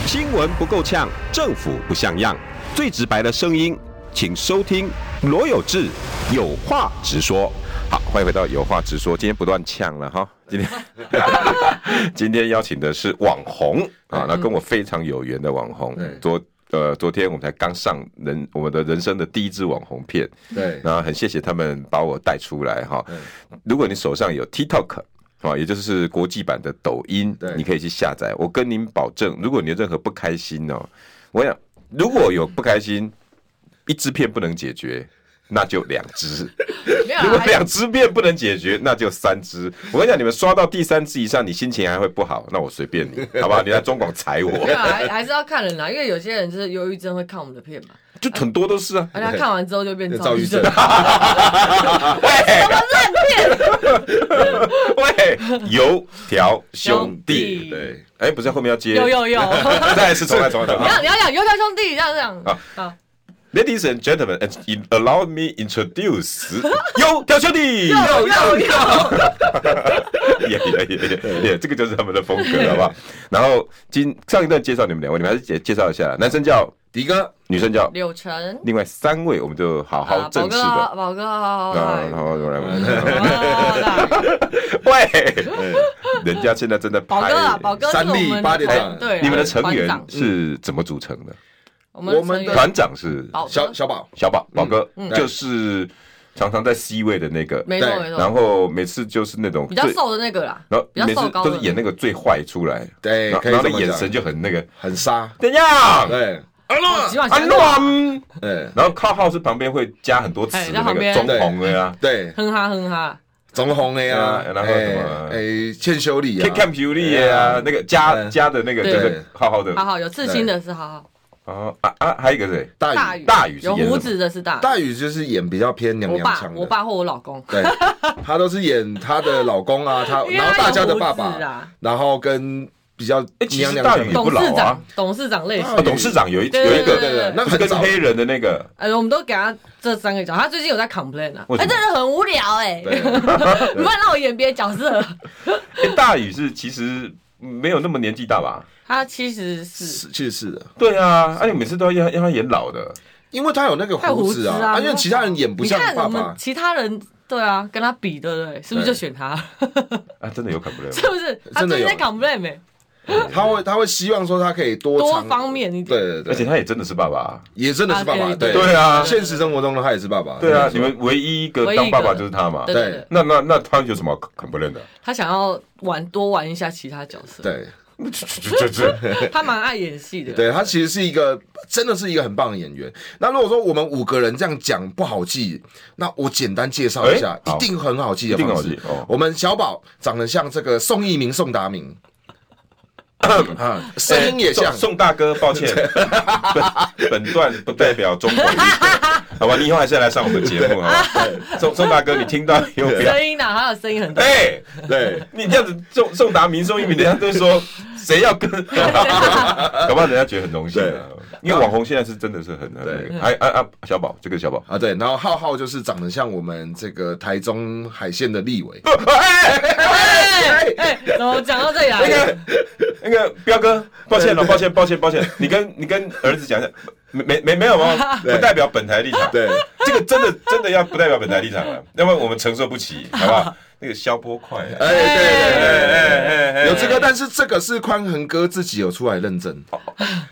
S6: 新闻不够呛，政府不像样，最直白的声音，请收听罗有志有话直说。
S1: 好，欢迎回到有话直说。今天不断呛了 哈，今天 今天邀请的是网红啊，那跟我非常有缘的网红
S3: 嗯对。
S1: 昨呃昨天我们才刚上人我们的人生的第一支网红片，？”
S3: 对，
S1: 然后很谢谢他们把我带出来哈。如果你手上有 TikTok。啊，也就是国际版的抖音
S3: 对，
S1: 你可以去下载。我跟您保证，如果你有任何不开心哦，我想如果有不开心，一支片不能解决，那就两 支；
S2: 没
S1: 如
S2: 有
S1: 果
S2: 啦，还
S1: 两支片不能解决，那就三支。我跟你讲，你们刷到第三支以上，你心情还会不好，那我随便 你，好不好？你来中广踩 我
S2: 没，有啦还还是要看人啦，因为有些人就是忧郁症会看我们的片嘛，
S1: 就很多都是啊。
S2: 而且看完之后就变
S3: 躁
S2: 躁
S3: 郁
S2: 郁
S3: 症
S2: 症，，
S1: 喂，油条兄弟，
S2: 兄弟
S1: 对，哎，不是后面要接，
S2: 有有有，你
S1: 再一次重来，重来，重 来。
S2: 要你要讲油条兄弟这样这样啊，
S1: Ladies and gentlemen, and in- allow me introduce 油条兄弟。
S2: 有有有，
S1: 也也也也，这个就是他们的风格，好不 好？然后今上一段介绍你们两位，你们还是介介绍一下，男生叫
S3: 迪哥，
S1: 女生叫，
S2: 柳橙，
S1: 另外三位我们就好好
S2: 啊，宝
S1: 正式
S2: 哥
S1: 的。
S2: 啊，宝哥啊，嗯
S1: 啊，
S2: 好
S1: 然
S2: 好
S1: 后来，
S2: 好好
S1: 喂，人家现在正在
S2: 宝
S1: 拍
S2: 哥。啊，宝哥是
S3: 三
S2: 我
S3: 立
S2: 们
S3: 八点
S2: 团
S3: 档
S2: 对啊，
S1: 你们的成
S2: 团
S1: 员
S2: 长
S1: 是怎么组成的？
S2: 我们的
S3: 我们
S2: 成
S3: 对
S2: 员
S3: 的
S1: 团长是
S2: 宝哥
S3: 小小宝，
S1: 小宝宝哥，
S3: 嗯
S1: 就是常常在 C 位的那个，
S2: 没错
S3: 对
S2: 没错，
S1: 然后每次就是那种
S2: 比较
S1: 最
S2: 瘦的那个啦，
S1: 然后
S2: 比较
S1: 每
S2: 瘦
S1: 次
S2: 高
S1: 都
S2: 的
S1: 是演那个最坏出来，
S3: 对
S1: 然后
S3: 哎可以
S1: 然后
S3: 这
S1: 那
S3: 么
S1: 眼
S3: 讲
S1: 神就嗯很那个，
S3: 很沙，
S1: 怎样？
S3: 对
S2: 几
S3: 啊
S2: 万
S1: 安
S3: 嗯
S1: 乱，
S3: 对
S1: 然后靠号是旁边会加很多词的那
S2: 哎在旁
S1: 个
S2: 边
S1: 中红的啊呀，
S3: 对，
S2: 哼哈哼哈，
S3: 总红 A 啊，
S5: 对啊然后什么
S3: 哎哎，欠修理
S1: k
S3: 啊
S1: i，看皮利呀，那个加
S3: 嗯
S1: 加的那个就
S2: 对
S1: 是浩浩的
S2: 好好有刺青的是好好，
S1: 哦啊啊，还有一个谁？
S3: 大
S2: 大
S3: 宇，
S2: 宇
S1: 大宇是
S2: 有
S1: 演什么
S2: 胡子的是大宇，
S3: 大宇就是演比较偏娘
S2: 我
S3: 娘
S2: 爸
S3: 腔
S2: 我
S3: 的，
S2: 爸或我老公，
S3: 对，他都是演他的老公啊，他
S2: 因为
S3: 然后
S2: 他
S3: 大
S2: 有
S3: 家的
S2: 胡
S3: 爸
S2: 子
S3: 爸，
S2: 啊，
S3: 然后跟比较
S1: 哎其实
S3: 娘娘
S1: 大
S3: 腔
S1: 宇
S3: 的
S1: 也不
S2: 董
S1: 老
S2: 事
S1: 啊
S2: 长董事长类型
S3: 大
S1: 啊，。董事长有一
S2: 对
S1: 有一
S3: 对
S1: 个
S3: 对对，那
S1: 是
S3: 很
S1: 跟
S3: 早，
S1: 黑人的那 个，
S2: 呃，我们都给他这三个角，他最近有在 complain 啊，
S1: 为什么
S2: 哎，真的很无聊哎，
S3: 对
S2: 不然让我演别的角色。
S1: 哎大宇是其实没有那么年纪大吧？
S2: 他其实是
S3: 是其实是的，
S1: 对啊，而且每次都要让他演老的，
S3: 因为他有那个
S2: 他有
S3: 胡
S2: 胡
S3: 子
S2: 子
S3: 啊，
S2: 啊，
S3: 因为其他人演不像
S2: 你看
S3: 爸
S2: 我
S3: 爸
S2: 们，其他人对啊，跟他比对不对？是不是就选他？
S1: 啊，真的有 complain 吗
S2: 是不是？他最近在 complain 没？
S3: 嗯他会他会希望说他可以多
S2: 多
S3: 尝
S2: 方，面一点。
S3: 对对
S1: 而且
S3: 对，
S1: 他也真的是爸爸啊。
S3: 也真的是爸爸，
S2: 啊对
S1: 对啊
S3: 现实生活中的他也是爸爸，
S1: 对啊，
S3: 没
S1: 你
S3: 错
S1: 们唯一一个当爸爸就是他嘛
S2: 对。对对，
S1: 那那那他有什么很不认的？
S2: 他想要玩多玩一下其他角色，
S3: 对
S1: 就是
S2: 他蛮爱演戏的。
S3: 对，他其实是一个真的是一个很棒的演员。那如果说我们五个人这样讲不好记，那我简单介绍一下，
S1: 哎好
S3: 一定很好记
S1: 一
S3: 的
S1: 定
S3: 方
S1: 好
S3: 式
S1: 记。哦。
S3: 我们小宝长得像这个宋一鸣、宋 达明，啊，声音也像
S1: 宋。宋大哥，抱歉， 本本段不代表中国立场， 好吧？你以后还是来上我们节目好吧？宋宋大哥，你 听到有不要？
S2: 声音呢？他的声音很 大，
S1: 哎，
S3: 对，
S1: 你这样子宋宋达明、宋一鸣，人家都说谁要 跟，搞不好人家觉得很荣幸啊。因为网红现在是真的是很很那
S3: 对
S1: 个，哎哎啊，小宝，这个小 宝，
S3: 啊对，然后浩浩就是长得像我们这个台中海线的立伟，
S2: 哎哎，怎么讲到这里
S1: 那
S2: 来？
S1: 个那个彪哥，抱歉了，抱歉，抱歉，抱 歉，你跟你跟儿子讲一下，没没没没有 吗？不
S3: 对
S1: 代表本台立场，
S3: 对，
S1: 这个真的真的要不代表本台立场了，要不然我们承受不起，好不 好？那个消波块啊，
S3: 哎对对
S1: 哎
S3: 对对。
S1: 哎哎哎
S3: 有这个，但是这个是宽恒哥自己有出来认证，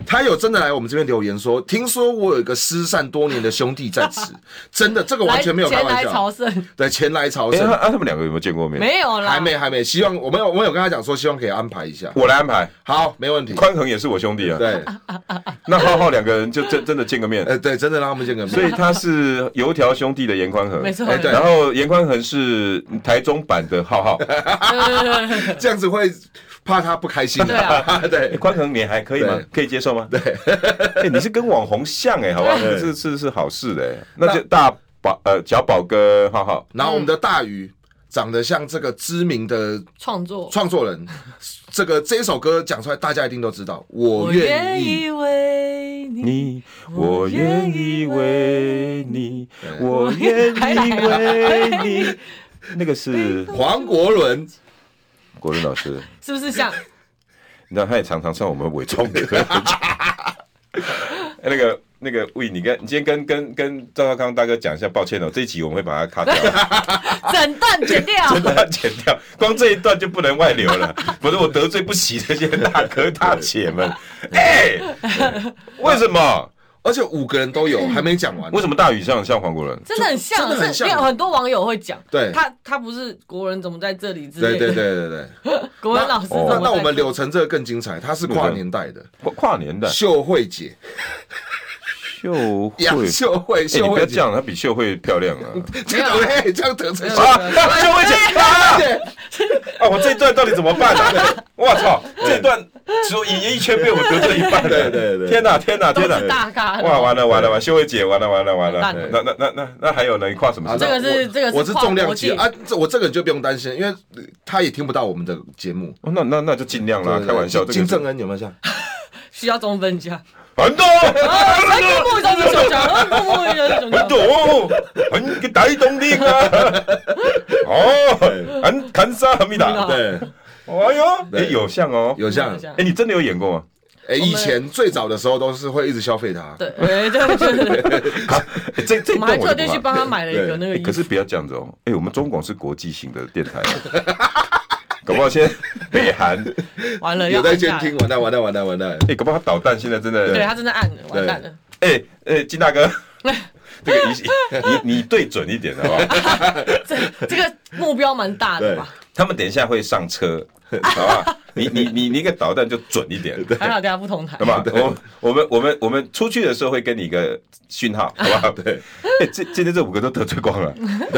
S3: 他有真的来我们这边留言说，听说我有一个失散多年的兄弟在 此，真的这个完全没有开
S2: 前来
S3: 玩
S2: 朝
S3: 笑，
S2: 圣哎
S3: 对，前来朝
S1: 哎，他
S3: 圣，
S1: 啊他们两个有没有见过面？
S2: 没有啦，
S3: 还没还没，希望我们有我们有跟他讲说，希望可以安排一下，
S1: 我来安排，
S3: 好，没问题，
S1: 宽恒也是我兄弟啊，
S3: 对，
S1: 那浩浩两个人就真真的见个面，
S3: 呃对，真的让他们见个面，
S1: 所以他是油条兄弟的严宽恒，
S2: 没错，
S3: 哎对
S1: 然后严宽恒是台中版的浩浩，
S3: 这样子会怕他不开心
S2: 对啊，
S1: 哎，
S3: 对，
S1: 宽恒你还可以吗
S3: 对？
S1: 可以接受吗？对， 哎，你是跟网红像哎，好不好？
S3: 对
S1: 这是是好事的，哎那就大宝呃小宝跟浩浩，
S3: 然后我们的
S2: 嗯
S3: 大鱼长得像这个知名的
S2: 创作。
S3: 创作人，这个这一首歌讲出来，大家一定都知道。我
S2: 我
S3: 愿
S2: 愿
S3: 意，
S2: 意为你，
S1: 你，我愿意为你，我愿
S2: 还来
S1: 意为你。那个是
S3: 黄国伦，
S1: 国伦老师，
S2: 是不是像？
S1: 你知道他也常常上我们伪装 歌。哎那个那个魏，你跟你今天跟跟跟赵少康大哥讲一下，抱歉哦，这一集我们会把它卡掉，
S2: 整段剪掉，
S1: 把它剪掉，光这一段就不能外流了，否则我得罪不起这些大哥大姐们。哎，为什么？
S3: 而且五个人都
S2: 嗯
S3: 有，还没讲完。
S1: 为什么大宇像像黄国伦？
S2: 真的很像，
S3: 真的很
S2: 是
S3: 像
S2: 有很多网友会讲，
S3: 对
S2: 他他不是国人，怎么在这里之类
S3: 对
S2: 的。
S3: 对对对对，
S2: 国文老师怎
S1: 哦
S2: 么
S3: 那
S2: 在？
S3: 那我们柳橙这个更精彩，他是跨年代的
S1: 跨跨年的
S3: 秀慧姐，
S1: 秀慧
S3: 杨秀慧，
S1: 哎，你
S3: 秀
S1: 不要
S3: 慧
S1: 这
S3: 姐，
S1: 样，她比秀慧漂亮啊！
S3: 这样哎这样得罪
S1: 啊，秀慧姐啊！
S3: 对
S1: 啊，我这一段到底怎么办啊？我操，这一段只有演一圈被我得罪一半了。
S3: 对对对
S1: 天哪，天哪，
S2: 都
S1: 天哪
S2: 是！大咖
S1: 哇，完了
S2: 了。
S1: 完了完了，秀慧姐，完了完了完了
S2: 完蛋。
S1: 那那那那那还有呢？你跨什么
S3: 好
S1: 时
S3: 那
S2: 这
S1: 代？
S2: 个是
S3: 我
S2: 这个是
S3: 我是重量级
S2: 跨
S3: 啊，这我这个你就不用担心，因为呃他也听不到我们的节目。
S1: 哦那那那就尽量啦，
S3: 对对
S1: 开
S3: 对
S1: 玩笑。
S3: 金金正
S1: 恩，
S3: 恩有没有像？
S2: 需要中分 家。
S3: 啊
S1: 很多
S2: 哎，不不，怎么怎么怎
S1: 很
S2: 么？
S1: 多很大动力啊！哦，很看啥很米达。
S3: 对，
S1: 哎呦，哎
S3: 对
S1: 有像哦。
S3: 有像
S2: 有。像
S1: 哎，你真的有演过吗？
S3: 哎，以前最早的时候都是会一直消费他。
S2: 对，哎，对对对，
S1: 哎这这
S2: 我
S1: 一
S2: 们
S1: 段
S2: 还
S1: 我
S2: 特
S1: 就
S2: 地
S1: 不怕
S2: 去帮他买了一个
S3: 对
S2: 那
S1: 哎
S2: 个衣
S1: 可
S2: 服。
S1: 是不要这样子哦，哎、我们中广是国际型的电台啊，搞不好现在北韩，
S2: 完了，
S3: 有
S2: 要
S3: 在
S2: 按
S3: 监
S2: 下来
S3: 听，。完蛋完蛋完蛋完蛋！
S1: 哎、搞不好他导弹现在真的，
S2: 对
S1: 哎
S2: 他真的按了，完蛋了。
S1: 哎、金大哥，这个你你你对准一点好不好？
S2: 这这个目标蛮大的吧？
S1: 他们等一下会上车， 好不好？你你你你那个导弹就准一点，
S2: 还好大家不同台
S1: 好。吧？我我们我们我们出去的时候会给你一个讯号，好不好？对，哎、这今天这五个都得罪光了，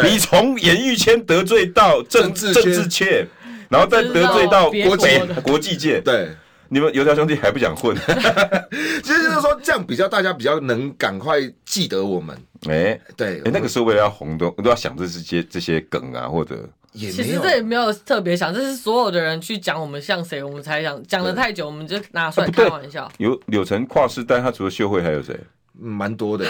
S1: 你从演艺圈得罪到政
S3: 政治
S1: 政
S3: 圈
S1: 治圈，然后再得罪到
S2: 别
S1: 国
S2: 国
S1: 际
S2: 的
S1: 国际界，
S3: 对，
S1: 你们油条兄弟还不想混？
S3: 其实就是说这样比较大家比较能赶快记得我们。
S1: 哎、
S3: 对
S1: 哎、，那个时候为了要红都都要想这些这些梗啊，或者
S3: 也
S2: 其
S3: 没
S2: 实
S3: 有
S2: 这也没有特别想，这是所有的人去讲我们像谁，我们才想讲了太久，我们就拿出来
S1: 啊不对
S2: 开玩笑。
S1: 有柳橙跨世代，他除了秀慧还有谁？
S3: 嗯蛮多的。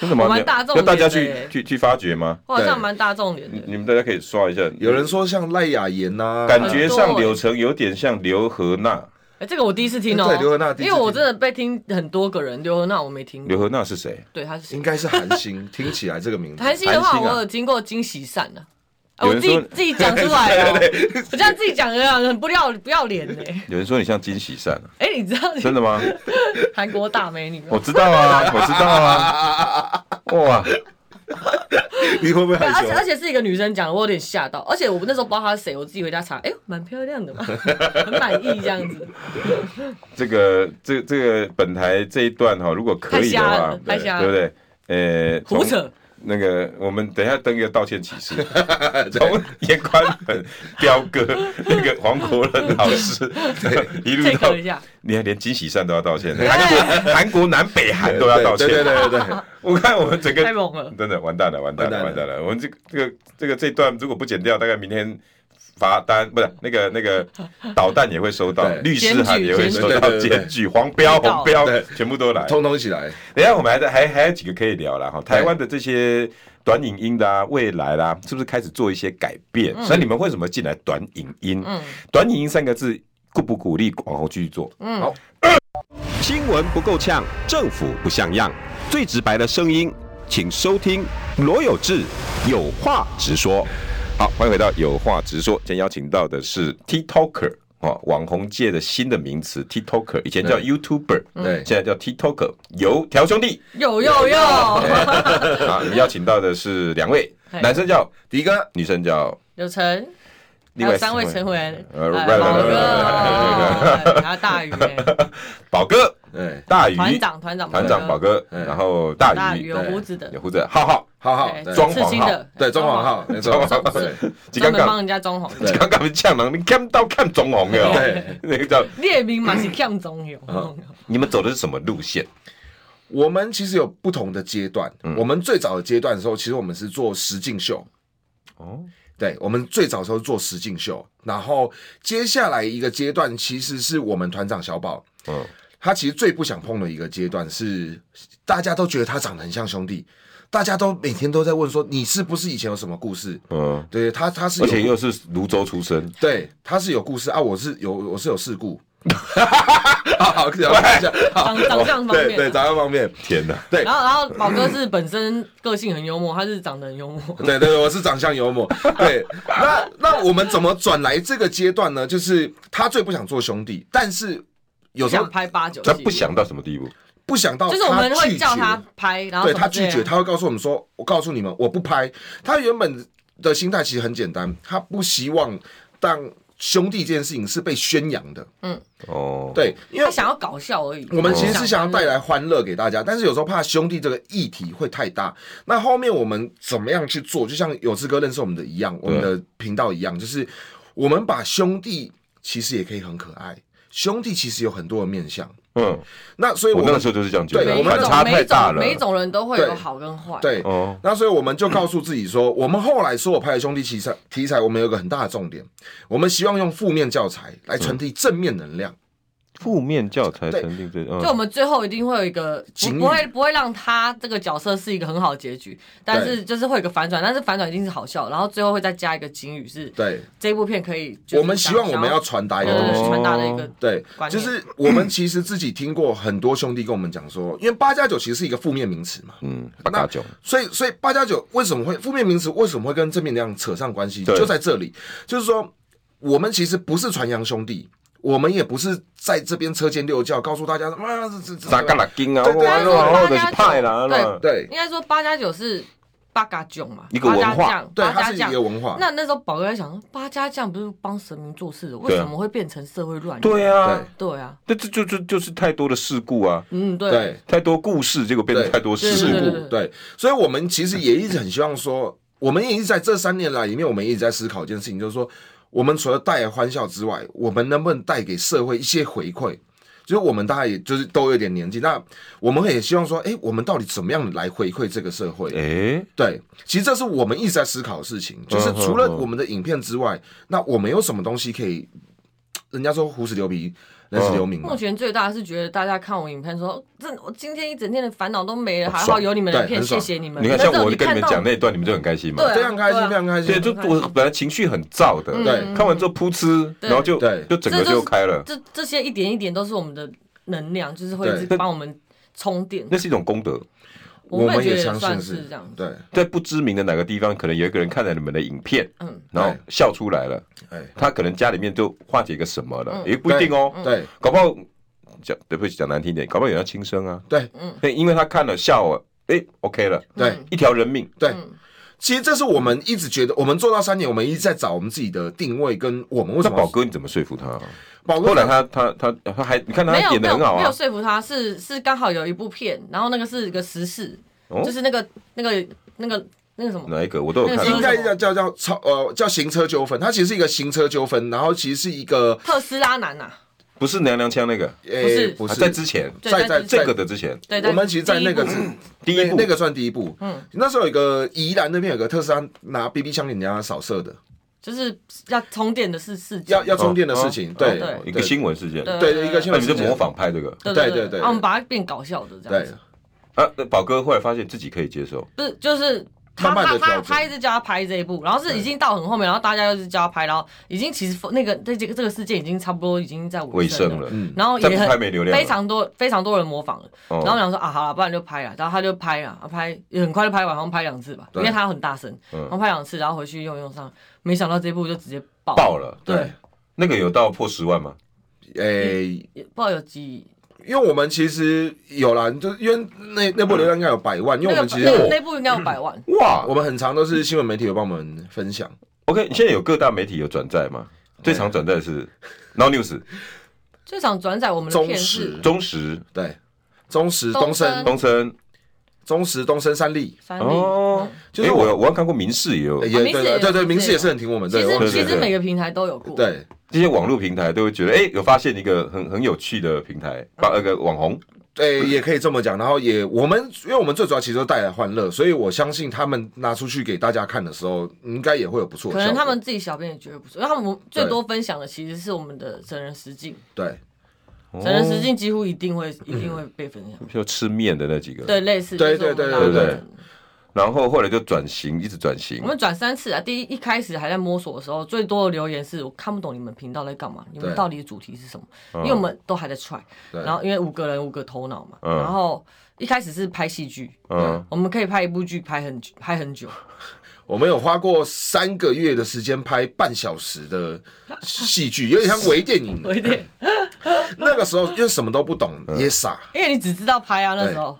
S1: 真的吗？
S2: 我蛮
S1: 你
S2: 大众
S1: 要大家
S2: 脸的
S1: 去
S2: 耶
S1: 去去发掘吗？
S2: 我好像蛮大众脸的，
S1: 你们大家可以刷一下。
S3: 有人说像赖雅妍呐，
S1: 感觉
S2: 很
S1: 上
S2: 多耶
S1: 柳橙有点像刘和娜，
S2: 哎，这个我第一次听哦
S3: 对刘和娜，第一
S2: 因
S3: 次
S2: 为
S3: 听
S2: 我真的被听很多个人，刘和娜我没听
S1: 刘
S2: 过，
S1: 和娜是谁？
S2: 对，他是谁
S3: 应该是韩星，听起来这个名字。
S2: 韩星的话，
S1: 韩星啊
S2: 我有听过金喜善的，啊我
S4: 有人
S2: 自己
S4: 说
S2: 自己讲出来哦，我这样自己讲的很不要不要脸呢。
S1: 有人说你像金喜善啊，
S2: 哎，你知道
S1: 真的吗？
S2: 韩国大美女
S1: 我
S2: 吗？
S1: 知道啊，我知道啊，哇，
S3: 你会不会害
S2: 对而且而
S3: 羞？
S2: 且是一个女生讲的，我有点吓到。而且我那时候不知道她是谁，我自己回家查，哎呦，蛮漂亮 的嘛，很满意这样子。
S1: 这个这这个本台这一段哈、如果可以的
S2: 太瞎
S1: 话
S2: 了，
S1: 对
S2: 太瞎了
S1: 对不对？呃，从
S2: 胡扯。
S1: 那个，我们等一下登一个道歉启 事，从严宽本、彪哥、那个黄国仁老师，一路
S2: take
S1: 到
S2: 一下，
S1: 你看连金喜善都要道歉，韩国、韩国、南北韩都要道歉。
S3: 对对对对对，
S1: 我看我们整个
S2: 太猛 了
S1: 真的完蛋了，完蛋了，完
S3: 完
S1: 蛋
S3: 蛋
S1: 了！我们这个这个这个这段如果不剪掉，大概明天罚单不是那个那 个导弹也会收到
S3: 对，
S1: 律师函也会收到，
S3: 检举
S1: 检举黄标
S2: 对对对
S1: 红标
S3: 对
S1: 全部都来。
S3: 通通一起来，
S1: 等一下我们还在还还有几个可以聊了哈，台湾的这些短影音的啊，未来啦，是不是开始做一些改变？
S3: 嗯
S1: 所以你们为什么进来短影音？短影音三个字鼓不鼓励往后继续做？
S3: 嗯
S7: 新闻不够呛，政府不像样，最直白的声音，请收听罗有志有话直说。
S1: 好，欢迎回到有话直说。今天邀请到的是 TikToker 哦，网红界的新的名词 TikToker，以前叫 YouTuber，
S7: 嗯
S3: 对
S1: 现在叫 TikToker。由条 兄弟
S2: 有有有，
S1: 啊，你邀请到的是两位，
S2: 嘿
S1: 男生叫
S3: 迪哥，
S1: 女生叫
S2: 有陈，
S1: 另
S2: 还有
S1: 外
S2: 三位成员，
S1: 呃
S2: 呃，
S1: 不不不不
S2: 宝哥，
S3: 呃
S2: 还有大 鱼，哎
S1: 宝哥、
S3: 对，
S1: 大鱼、
S2: 团长团长
S1: 团长宝哥，
S3: 嗯
S1: 然后大鱼、
S2: 大鱼有胡子的
S1: 有，胡子，浩浩，
S3: 浩浩
S2: 对，
S3: 对
S1: 装潢
S2: 刺青的，
S3: 对装潢浩，没错，
S1: 装潢
S3: 对
S1: 金
S2: 专
S1: 刚
S2: 门帮
S1: 刚
S2: 人家装潢的，
S1: 金刚刚呛人，你看到看中红的哦，
S3: 对，
S1: 那个叫
S2: 列名嘛是欠中 有，
S3: 啊
S1: 你们走的是什么路线？
S3: 我们其实有不同的阶段。
S1: 嗯
S3: 我们最早的阶段的时候，其实我们是做实境秀。
S1: 哦，
S3: 对，我们最早的时候做实境秀，然后接下来一个阶段其实是我们团长小宝，
S1: 嗯，
S3: 他其实最不想碰的一个阶段是，大家都觉得他长得很像兄弟，大家都每天都在问说你是不是以前有什么故事？
S1: 嗯，
S3: 对他，他是有
S1: 而且又是泸州出身，
S3: 对他是有故事啊，我是有我是有事故。好好，讲一下，好
S2: 长长相方啊
S3: 对对，
S2: 面。
S3: 长相方面，
S1: 天哪！
S3: 对
S2: 然后，然后宝哥是本身个性很幽默，他是长得很幽默，
S3: 对对，对我是长相幽默。对，那那我们怎么转来这个阶段呢？就是他最不想做兄弟，但是有时候
S2: 想拍八九
S1: 他
S2: 系
S1: 不，想到什么地步？
S3: 不想到
S2: 就是我们
S3: 他拒
S2: 会
S3: 绝
S2: 叫他拍，然后
S3: 对
S2: 什么
S3: 他
S2: 之类
S3: 拒
S2: 的
S3: 绝，他会告诉我们说：“我告诉你们，我不拍。”他原本的心态其实很简单，他不希望当兄弟这件事情是被宣扬的。
S1: 哦，，
S3: 对，因为
S2: 他哦想要搞笑而已。
S3: 我们其实是想要带
S2: 来。
S3: 来欢乐给大家，但是有时候怕兄弟这个议题会太大。那后面我们怎么样去做？就像有志哥认识我们的一样，我们的频道一样，就是我们把兄弟其实也可以很可爱，兄弟其实有很多的面相。
S1: 嗯，
S3: 那所以我
S1: 我那
S3: 们
S1: 个时候就是这样觉
S3: 对
S1: 得，
S2: 每
S3: 我
S2: 一
S3: 们
S1: 反
S2: 种
S1: 差
S2: 每
S1: 太
S2: 一
S1: 大
S2: 种
S1: 了。
S2: 每一种人都会
S3: 对
S2: 有好跟坏。，
S3: 对，
S1: 哦，
S3: 那所以我们就告诉自己说，我们后来所有拍的兄弟题材题材，我们有个很大的重点，我们希望用负面教材来传递正面能量。
S1: 负面教材
S3: 对
S1: 成立这，
S2: 就我
S1: 嗯，
S2: 们最后一定会有一个不
S3: 警语
S2: 不会不会让他这个角色是一个很好的结局，但是就是会有一个反转，但是反转一定是好笑，然后最后会再加一个警语是
S3: 对，
S2: 这部片可以。就是
S3: 我们希望
S2: 想
S3: 我们要传达一个
S2: 对对
S3: 东
S2: 对
S3: 西。
S2: 传达的一个
S3: 对，
S2: 观
S3: 就
S2: 念
S3: 是我们其实自己听过很多兄弟跟我们讲说，因为八加九其实是一个负面名词嘛，
S1: 嗯，八嘎囧，
S3: 所以所以八加九为什么会负面名词为什么会跟正面能量扯上关系，
S1: 对
S3: 就在这里，就是说我们其实不是传扬兄弟，我们也不是在这边车间六教告诉大家啊这这
S1: 三嘎拉金啊，
S3: 对对
S1: 哇，
S3: 对
S1: 那我的
S2: 对
S1: 是派啦，
S2: 对
S1: 那
S3: 对
S2: 应该说八加九是八嘎囧嘛，
S1: 一个文化
S2: 八家酱
S3: 对，
S2: 八
S3: 它
S2: 家
S3: 是一个
S2: 酱。
S3: 文化。
S2: 那那时候宝哥在想说，八家酱不是帮神明做事的，为
S1: 对啊
S2: 什么会变成社会乱？
S1: 对
S3: 对
S1: 啊，
S2: 对啊，
S1: 这这就就就是太多的事故啊，
S2: 嗯对
S3: 对，
S1: 太多故事，结果变成
S3: 对
S1: 太多
S2: 对
S1: 事
S2: 对对
S1: 故。
S3: 故，对，所以我们其实也一直很希望说，我们也一直在这三年来里面，我们一直在思考一件事情，就是说，我们除了带来欢笑之外，我们能不能带给社会一些回馈？就是我们大家也就是都有点年纪，那我们也希望说，哎，我们到底怎么样来回馈这个社会？
S1: 哎，
S3: 对，其实这是我们一直在思考的事情，就是
S1: 嗯哼
S3: 除了
S1: 哼
S3: 我们的影片之外，那我们有什么东西可以？人家说胡子留皮，人
S1: 嗯
S3: 死留名嘛
S2: 目，前最大的是觉得大家看我影片说，这我今天一整天的烦恼都没了，
S1: 很
S2: 还
S1: 爽
S2: 好有你们的
S3: 对
S2: 片，
S3: 很
S2: 谢
S3: 爽
S2: 谢你们。
S1: 你看像
S2: 真
S1: 我
S2: 的
S1: 跟你
S2: 看
S1: 们
S2: 到
S1: 讲那一段，你们就很开心嘛。
S2: 对啊
S3: 非常开心，
S2: 对啊
S3: 非常开
S1: 对，
S3: 心。
S1: 就我本来情绪很燥的，
S3: 对
S1: 看完之后噗嗤，然后就
S3: 对
S1: 就整个
S2: 这就是
S1: 就开了，
S2: 这这些一点一点都是我们的能量，就是会一直
S1: 对
S2: 帮我们充电。
S1: 那是一种功德。
S2: 们
S3: 我们
S2: 觉
S3: 也
S2: 得
S3: 相
S2: 算
S3: 信
S2: 是这样子。
S3: 对，
S1: 在不知名的哪个地方，可能有一个人看了你们的影片，
S2: 嗯
S1: 然后
S3: 对
S1: 笑出来了，
S3: 哎，嗯
S1: 他可能家里面就化解一个什么
S2: 嗯
S1: 了，也不一定哦，
S3: 对
S1: 搞不好讲对不起讲难听点，搞不好有人要轻生啊，
S3: 对
S1: 对，因为他看了笑了，哎，OK 了，
S3: 对
S2: 嗯
S1: 一条人命，
S3: 对。其实这是我们一直觉得，我们做到三年，我们一直在找我们自己的定位，跟我们为
S1: 那
S3: 什么
S1: 宝哥你怎么说服他啊？
S3: 宝哥
S1: 后来他他他他还你看他
S2: 没有
S1: 演
S2: 没
S1: 的
S2: 有
S1: 很好
S2: 没有
S1: 啊，
S2: 说服他，是是刚好有一部片，然后那个是一个时事，
S1: 哦
S2: 就是那个那个那个那个什么，
S1: 哪一个我都有看
S2: 那个
S3: 应
S1: 啊
S2: 是。
S3: 该叫叫叫超呃叫行车纠纷，它其实是一个行车纠纷，然后其实是一个
S2: 特斯拉男啊呐、
S1: 不是娘娘腔那个，
S3: 诶
S2: 不
S3: 不
S1: 啊
S3: 是
S1: 在之前
S2: 对
S3: 在
S2: 在
S3: 在
S2: 之前
S1: 这个的之前，
S2: 对，
S3: 我们其实，在
S2: 第一
S3: 那个
S2: 部
S1: 第一
S3: 那
S1: 部
S3: 那个算第一步，嗯，那时候有一个宜兰那边有个特斯拉拿 BB 枪给人家扫射的，
S2: 就是要充电的是事件
S3: 要要充电的事情，对
S2: 哦
S1: 一个新闻事件，
S2: 对
S3: 对对一个新
S1: 那
S3: 闻
S1: 你
S3: 事
S1: 就
S3: 件，
S1: 模仿拍这个
S2: 对
S3: 对
S2: 对
S3: 对对
S2: 啊我们把它变搞笑的这样
S3: 对
S2: 子，
S1: 啊？那宝哥后来发现自己可以接受，
S2: 不是就是。他
S3: 慢慢
S2: 他
S3: 地
S2: 他
S3: 调整
S2: 他一直叫他拍这一部，然后是已经到很后面，然后大家又是叫他拍，然后已经其实那个这这个这个事件已经差不多已经在
S1: 尾
S2: 尾
S1: 声
S2: 了
S1: 了，，
S3: 嗯
S2: 然后
S1: 再
S2: 哦也
S1: 不
S2: 很
S1: 拍没流量了，
S2: 非常多非常多人模仿了，
S1: 哦
S2: 然后我想说啊，好了，不然就拍了，然后他就拍了，拍也很快就拍完，好像拍两次吧，因为他很大声，
S3: 嗯
S2: 然后拍两次，然后回去用用上，没想到这部就直接爆
S1: 爆，了。
S2: 对，
S1: 那个有到破十万吗？
S3: 诶，
S2: 也爆有几
S3: 因为我们其实有啦，就因为那那波流量应该有百万，因为
S2: 那个
S3: 我们其实嗯
S2: 那个那部应该有百万，
S1: 哇
S3: 我们很常都是新闻媒体有帮我们分享，
S1: ！OK，你现在有各大媒体有转载吗？最常转载的是 Now News、
S2: 最想转载我们的
S3: 中
S2: 片
S3: 时
S2: 是
S1: 中时、
S3: 对，中时
S2: 东
S3: 东
S2: 森
S3: 升
S1: 东森。
S3: 中时东升三立，
S2: 三立。
S1: 哦
S2: 嗯，
S3: 就是
S1: 诶
S3: 我哎呃
S1: 我我看过民视也有
S3: 也
S2: 啊民视也
S3: 对
S2: 有
S3: 对对，
S2: 民
S3: 名
S2: 视
S3: 字
S2: 也有
S3: 也是很听我们，
S2: 其
S3: 对，我
S2: 实
S3: 们
S2: 其
S1: 对
S2: 实
S1: 对
S2: 每个平台都有过，
S3: 对
S1: 这些网络平台都会觉得，哎，有发现一个很很有趣的平台，
S3: 嗯
S1: 把那个网红
S3: 对，也可以这么讲。然后也我们，因为我们最主要其实都带来欢乐，所以我相信他们拿出去给大家看的时候，应该也会有不错的
S2: 可
S3: 效果。
S2: 能他们自己小编也觉得不错，因为他们最多分享的其实是我们的真人实境，
S3: 对哦
S2: 真人
S1: 哦
S2: 实境几乎一定会一定会被分享，
S1: 就吃面的那几个，
S2: 对，类似
S3: 嗯对
S2: 就是我们
S3: 对对
S2: 拉
S1: 对对
S2: 的
S1: 然后后来就转型，一直转型
S2: 我。们转三次啊，第一一开始还在摸索的时候，最多的留言是我看不懂你们频道在干嘛，你们
S3: 对嗯
S2: 到底的主题是什么？
S1: 嗯
S2: 因为我们都还在 try，
S3: 对
S2: 然后因为五个人五个头脑嘛，
S1: 嗯
S2: 然后一开始是拍戏剧，
S1: 嗯，
S2: 我们可以拍一部剧拍很久，拍很久，
S3: 我们有花过三个月的时间拍半小时的戏剧，有点像微电 影。
S2: 有一点，
S3: 那个时候因为什么都不懂，
S1: 嗯
S3: 也傻。
S2: 因为你只知道拍啊那时候，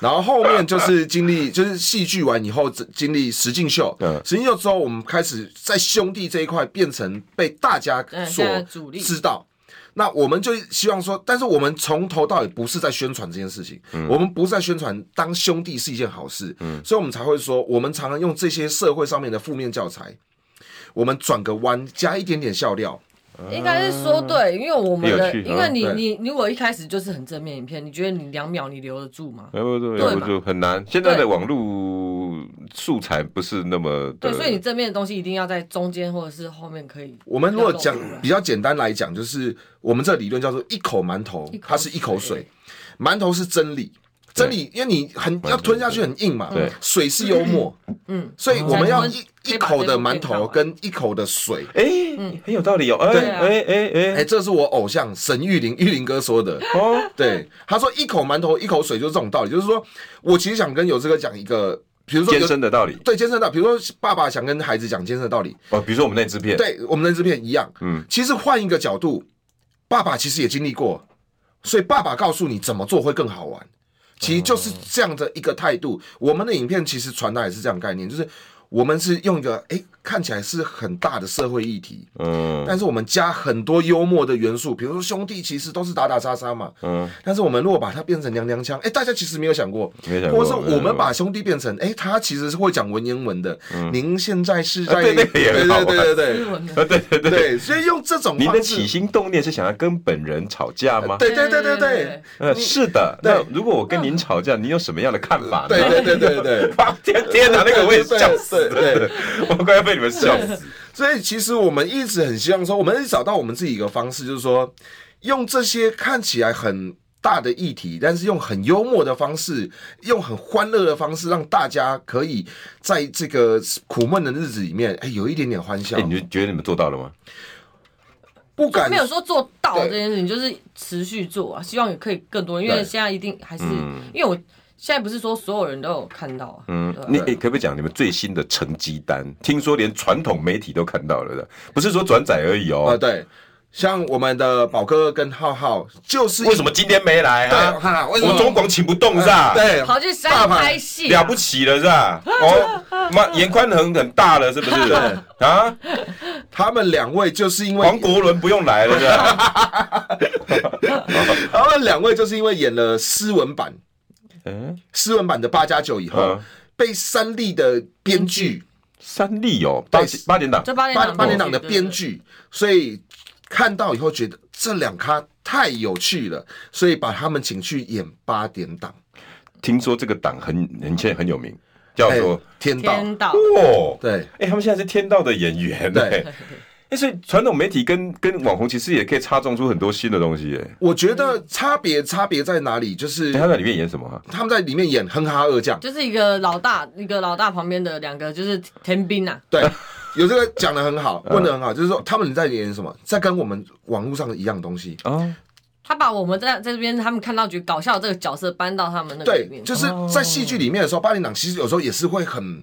S3: 然后后面就是经历，就是戏剧完以后，只经历实境秀
S1: 嗯，
S3: 实境秀之后，我们开始在兄弟这一块变成被大家
S2: 嗯
S3: 所
S2: 现在主力
S3: 知道。那我们就希望说，但是我们从头到尾不是在宣传这件事情，我们不是在宣传当兄弟是一件好事，所以我们才会说，我们常常用这些社会上面的负面教材，我们转个弯，加一点点笑料，
S2: 应该是说对，因为我们的，
S1: 有趣
S2: 因为你
S3: 嗯
S2: 你你如果一开始就是很正面影片，你觉得你两秒你留得住吗？
S1: 哎，不对，
S2: 对
S1: 不
S2: 嘛
S1: 就很难。现在的
S2: 对
S1: 网络素材不是那么的，
S2: 对，所以你正面的东西一定要在中间或者是后面可以。
S3: 我们如果
S2: 要
S3: 讲
S2: 露出来
S3: 比较简单来讲，就是我们这理论叫做一口馒头
S2: 一，口
S3: 它是一口水，馒头是真理。真理，因为你很要吞下去很硬嘛，
S1: 对
S3: 水是幽默，嗯，所以我们要一
S2: 可以
S3: 一
S2: 把这
S3: 口的
S2: 部片看
S3: 馒头
S2: 完
S3: 跟一口的水，
S1: 哎、很有道理哦，哎
S3: 对
S2: 嗯啊
S1: 哎哎
S3: 哎，
S1: 哎，
S3: 这是我偶像沈玉林 玉林哥说的，
S1: 哦，
S3: 对，他说一口馒头一口水就是这种道理，就是说我其实想跟有志哥讲一个，比如说有
S1: 健身的道理
S3: 对健身的道理，比如说爸爸想跟孩子讲健身的道理，
S1: 哦，比如说我们那支片，
S3: 对我们的制片一样。
S1: 嗯
S3: 嗯，其实换一个角度，爸爸其实也经历过，所以爸爸告诉你怎么做会更好玩。其实就是这样的一个态度。我们的影片其实传达也是这样的概念，就是我们是用一个哎、诶看起来是很大的社会议题，
S1: 嗯
S3: 但是我们加很多幽默的元素，比如说兄弟其实都是打打杀杀嘛。
S1: 嗯，
S3: 但是我们如果把它变成娘娘腔，哎、大家其实没有想过，
S1: 没想过，嗯
S3: 或者是
S1: 没想
S3: 我
S1: 过
S3: 们把兄弟变成，哎、他其实是会讲文言文的。您现在是
S1: 嗯
S3: 在、
S1: 啊对那个也很好玩
S3: 对对对对
S2: 日文的
S1: 啊，对 对对，
S3: 对，所以用这种
S1: 您的
S3: 方
S1: 起
S3: 式，
S1: 心动念是想要跟本人吵架吗？
S3: 对对对对对，
S1: 呃，是的。
S3: 对
S1: 那如果我跟您吵架，您有什么样的看法呢？。
S3: 对对对对对
S1: 哇，天天哪，那个我也笑死了，
S3: 对对对
S1: 我快要被你们笑死。
S3: 所以其实我们一直很希望说，我们一直找到我们自己一个方式，就是说用这些看起来很大的议题，但是用很幽默的方式，用很欢乐的方式，让大家可以在这个苦闷的日子里面，哎，有一点点欢笑
S1: 哎，。你就觉得你们做到了吗？
S3: 不敢
S2: 没有说做到
S3: 对
S2: 这件事情，就是持续做啊，希望也可以更多，因为
S3: 对
S2: 现在一定还是、
S1: 嗯
S2: 因为我。现在不是说所有人都有看到啊，嗯，
S1: 你、欸、可不可以讲你们最新的成绩单？听说连传统媒体都看到了的，不是说转载而已哦、
S3: 啊，对，像我们的宝哥跟浩浩就是
S1: 为什么今天没来
S3: 对，
S1: 啊？
S3: 看啊，为什
S1: 我
S3: 么嗯
S1: 中广请不动是啊吧？
S3: 对
S2: 跑去山拍戏啊、
S1: 了不起了是吧？哦，妈，严宽恒很大了是不是？啊，
S3: 他们两位就是因为
S1: 黄国伦不用来了是吧？
S3: 他们两位就是因为演了斯文版，嗯，斯文版的八加九以后，
S1: 嗯
S3: 被三立的编剧
S1: 三立哦，八点八点档，
S2: 嗯就八点
S3: 八
S2: 档
S3: 八年党的
S2: 对
S3: 编，剧，所以看到以后觉得这两咖太有趣了，所以把他们请去演八点档，
S1: 听说这个档很很现在很有名，叫
S3: 还
S1: 做
S3: 有哎天
S2: 对对
S3: 道，
S2: 天道
S1: 哦，
S3: 对
S1: 哎、他们现在是天道的演员
S3: 对
S1: 哎、哎，所以传统媒体跟跟网红其实也可以插种出很多新的东西哎。
S3: 我觉得差别差别在哪里？就是
S1: 哎他在里面演什么啊？
S3: 他们在里面演哼哈二将，
S2: 就是一个老大，一个老大旁边的两个就是田兵啊，
S3: 对，有这个讲的很好，
S1: 嗯
S3: 问的很好，就是说他们在演什么，在跟我们网络上的一样东西，
S1: 哦，
S2: 他把我们在在这边他们看到觉得搞笑的这个角色搬到他们那个里
S3: 对，
S2: 面，
S3: 就是在戏剧里面的时候，八零档其实有时候也是会很